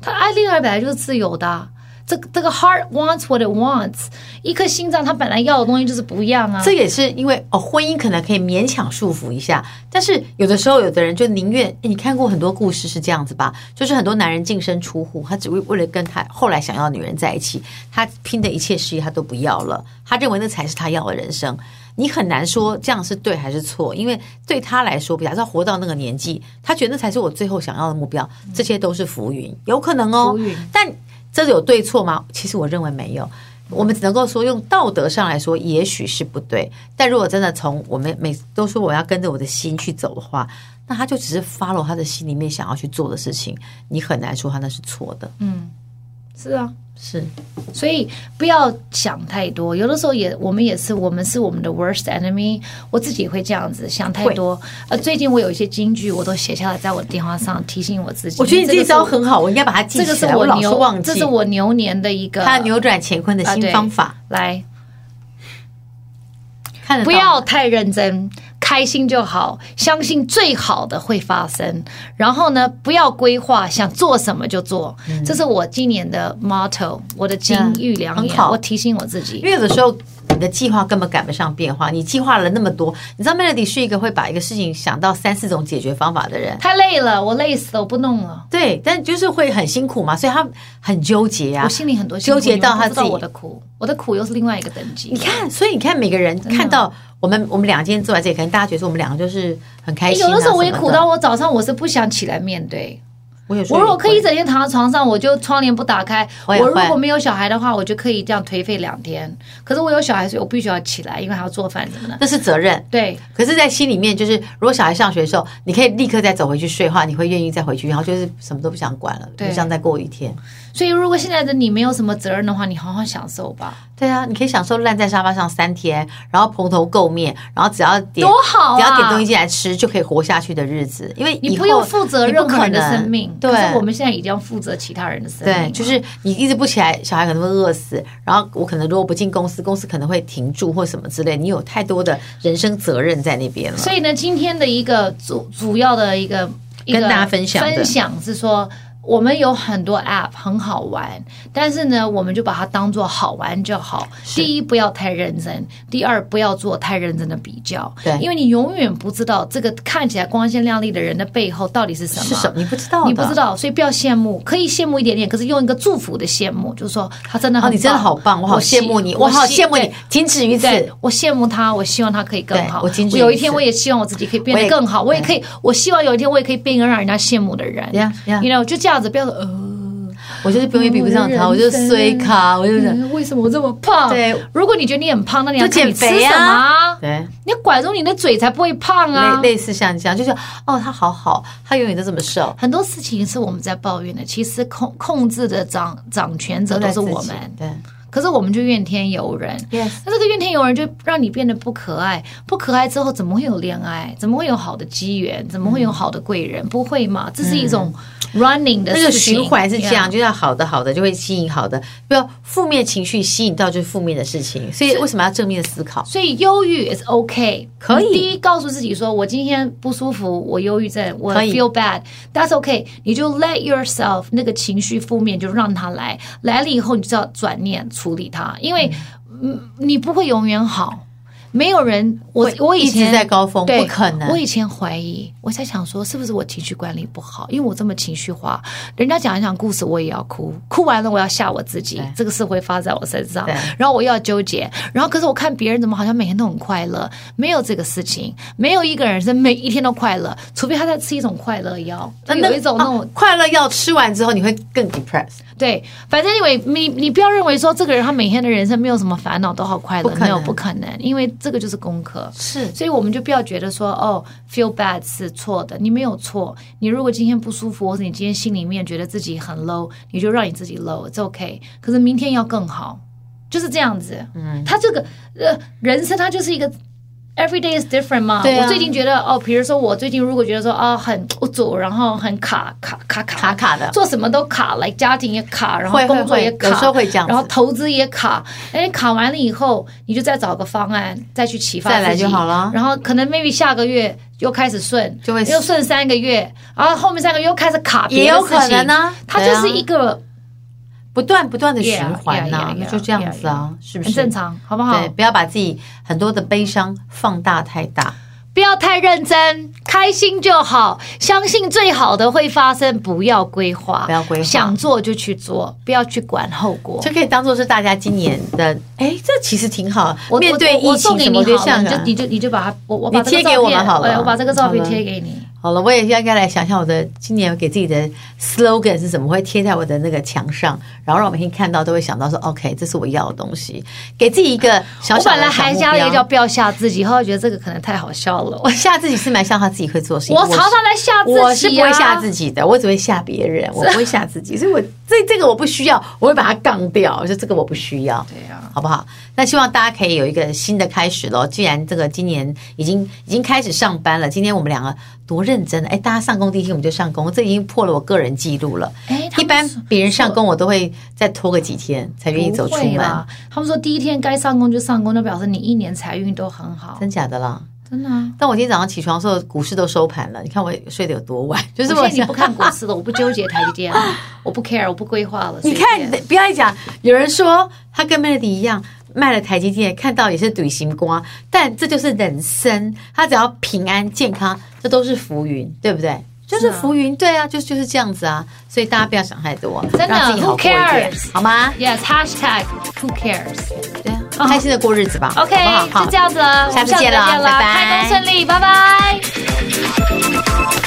他爱恋爱本来就是自由的啊，这个这个 heart wants what it wants，一颗心脏它本来要的东西就是不一样啊。这也是因为哦，婚姻可能可以勉强束缚一下，但是有的时候有的人就宁愿，诶你看过很多故事是这样子吧？就是很多男人净身出户，他只为为了跟他后来想要的女人在一起，他拼的一切事业他都不要了，他认为那才是他要的人生。你很难说这样是对还是错，因为对他来说，假设他活到那个年纪，他觉得那才是我最后想要的目标，这些都是浮云，有可能哦浮云。但这有对错吗？其实我认为没有。我们只能够说，用道德上来说，也许是不对。但如果真的从我们每都说我要跟着我的心去走的话，那他就只是 follow 他的心里面想要去做的事情，你很难说他那是错的。是啊，是所以不要想太多。有的时候也，我们也是，我们是我们的 worst enemy。我自己也会这样子想太多。呃，最近我有一些金句，我都写下来在我的电话上，提醒我自己。我觉得你这这一个是招很好，我应该把它记这个起是啊来。我我老是牛忘，这记是，我牛年的一个他扭转乾坤的啊新对方法，来。看得到不要太认真，开心就好，相信最好的会发生。然后呢，不要规划，想做什么就做。嗯这是我今年的 motto，我的金玉良很言。好我提醒我自因己，为有的时候你的计划根本赶不上变化，你计划了那么多，你知道 Melody 是一个会把一个事情想到三四种解决方法的人。太累了，我累死了，我不弄了。对，但就是会很辛苦嘛，所以他很纠结啊我。心里很多纠结到他他知道自己我的苦，我的苦又是另外一个等级。你看，所以你看，每个人看到我们，我们俩今天坐在这里，可能大家觉得说我们两个就是很开心、啊有的时候我也什么苦到，我早上我是不想起来面对。我有时我候如也果可以一会整天躺在床上，我就窗帘不打开。我我也会如果没有小孩的话，我就可以这样颓废两天。可是我有小孩，所以我必须要起来，因为还要做饭什么的。那是责任。对，可是，在心里面，就是如果小孩上学的时候，你可以立刻再走回去睡的话，你会愿意再回去，然后就是什么都不想管了，对就想再过一天。所以如果现在的你没有什么责任的话，你好好享受吧，对啊，你可以享受烂在沙发上三天，然后蓬头垢面，然后只要点多好啊！只要点东西进来吃就可以活下去的日子，因为以你后不用负责你不任何可人的能生命，对，可是我们现在已经要负责其他人的生命了。对，就是你一直不起来，小孩可能会饿死。然后我可能如果不进公司，公司可能会停住或什么之类。你有太多的人生责任在那边了。所以呢，今天的一个主主要的一个一个跟大家分享的分享是说。我们有很多 app 很好玩，但是呢，我们就把它当做好玩就好。第一，不要太认真；第二，不要做太认真的比较，对因为你永远不知道这个看起来光鲜亮丽的人的背后到底是什么。是什么？你不知道的，你不知道，所以不要羡慕，可以羡慕一点点，可是用一个祝福的羡慕，就是说他真的哦，很棒、你真的好棒，我好羡慕你，希我好羡慕。希你对，仅止于此。对，我羡慕他，我希望他可以更好。对我仅止于有一此天，我也希望我自己可以变我也得更好，我也可以，我希望有一天我也可以变一个让人家羡慕的人。 Yeah, yeah. You know，就这样子，不要说呃，我就是永远比不上他，我我的就人是生衰咖，我就是嗯为什么我这么胖？对，如果你觉得你很胖，那你要就看你减吃肥什么啊啊。对。你要管住你的嘴才不会胖啊类。类似像这样，就是哦，他好好，他永远都这么瘦，很多事情是我们在抱怨的，其实控控制的掌掌权者都在是我自己们，对，可是我们就怨天尤人。 Yes 那这个怨天尤人就让你变得不可爱，不可爱之后怎么会有恋爱？怎么会有好的机缘？怎么会有好的贵人？不会嘛？这是一种 running 的嗯那个事情循环是这样， Yeah 就要好的好的就会吸引好的，不要负面情绪吸引到就是负面的事情，所以为什么要正面思考？所以忧郁 is OK，可以你第一，告诉自己说，我今天不舒服，我忧郁症，我可以 feel bad，that's OK。你就 let yourself 那个情绪负面就让它来，嗯来了以后你就要转念处理它，因为嗯，你不会永远好。没有人，我我以一前直在高峰对不可能我以前怀疑，我在想说是不是我情绪管理不好，因为我这么情绪化，人家讲一讲故事我也要哭，哭完了我要吓我自己对，这个事会发在我身上对，然后我又要纠结，然后可是我看别人怎么好像每天都很快乐，没有这个事情，没有一个人是每一天都快乐，除非他在吃一种快乐药，就有一种那哦种啊快乐药吃完之后，你会更 depressed。对，反正因为你你不要认为说这个人他每天的人生没有什么烦恼，都好快不乐可，能没有不可能，因为这个就是功课。是所以我们就不要觉得说哦，feel bad 是错的，你没有错。你如果今天不舒服，或者你今天心里面觉得自己很 low，你就让你自己 low，it's OK。可是明天要更好，就是这样子。嗯，他这个呃，人生它就是一个 every day is different 嘛。对啊我最近觉得哦，比如说我最近如果觉得说啊很无助，然后很卡卡卡卡卡卡的做什么都卡，来家庭也卡，然后会会工作也会卡，有时候会这样子然后投资也卡，哎，卡完了以后，你就再找个方案再去启发再来自己就好了然后可能 maybe 下个月又开始顺，就会又顺三个月，然后后面三个月又开始卡别的也有可事情能呢它对就啊是一个不断不断的循环呐、 Yeah, yeah, yeah, yeah, 那就这样子啊是不是很正？常，啊好不好对，？不要把自己很多的悲伤放大太大。不要太认真，开心就好，相信最好的会发生，不要规划，不要规划想做就去做，不要去管后果。就可以当做是大家今年的，哎，这其实挺好。啊我面对我疫我送情，什给你么好就了，像你啊就你就你就把它，我我把这个你贴给我照片们好了哎我把这个照片好了贴给你。好了，我也应该来想想我的今年给自己的 slogan 是什么，我会贴在我的那个墙上，然后让我每天看到都会想到说，OK，这是我要的东西，给自己一个小我小的本来小还目加了一标个叫“不要吓自己”，后来觉得这个可能太好笑了。我吓自己是蛮像他自己会做的事情。 我是常常来吓自己、啊，我是不会吓自己的，我只会吓别人，我不 会吓自己，所以我这这个我不需要，我会把它杠掉，我说这个我不需要，对啊好不好？那希望大家可以有一个新的开始咯。既然这个今年已经已经开始上班了，今天我们两个多认真的，哎，大家上工第一天我们就上工，这已经破了我个人记录了。哎他一们般说别人上工我都会再拖个几天才愿意走出不会门，啦。他们说第一天该上工就上工，就表示你一年财运都很好，真假的啦？真的、 啊。但我今天早上起床的时候，股市都收盘了，你看我睡得有多晚，就是我我现在你不看股市了，我不纠结台积电了，我不 care，我不规 划了。你随便看，不要讲，有人说他跟 Melody 一样卖了台积电，看到也是怼心瓜，但这就是人生。他只要平安健康，这都是浮云，对不对？就是浮云，对啊，就就是这样子啊。所以大家不要想太多，真的让自己好过一 who 点 cares？好吗？ ，yes，hashtag who cares？OK，、对啊，开心的过日子吧。好不好？好就这样子了，我下们次见再了见啦拜拜开工顺利，拜拜。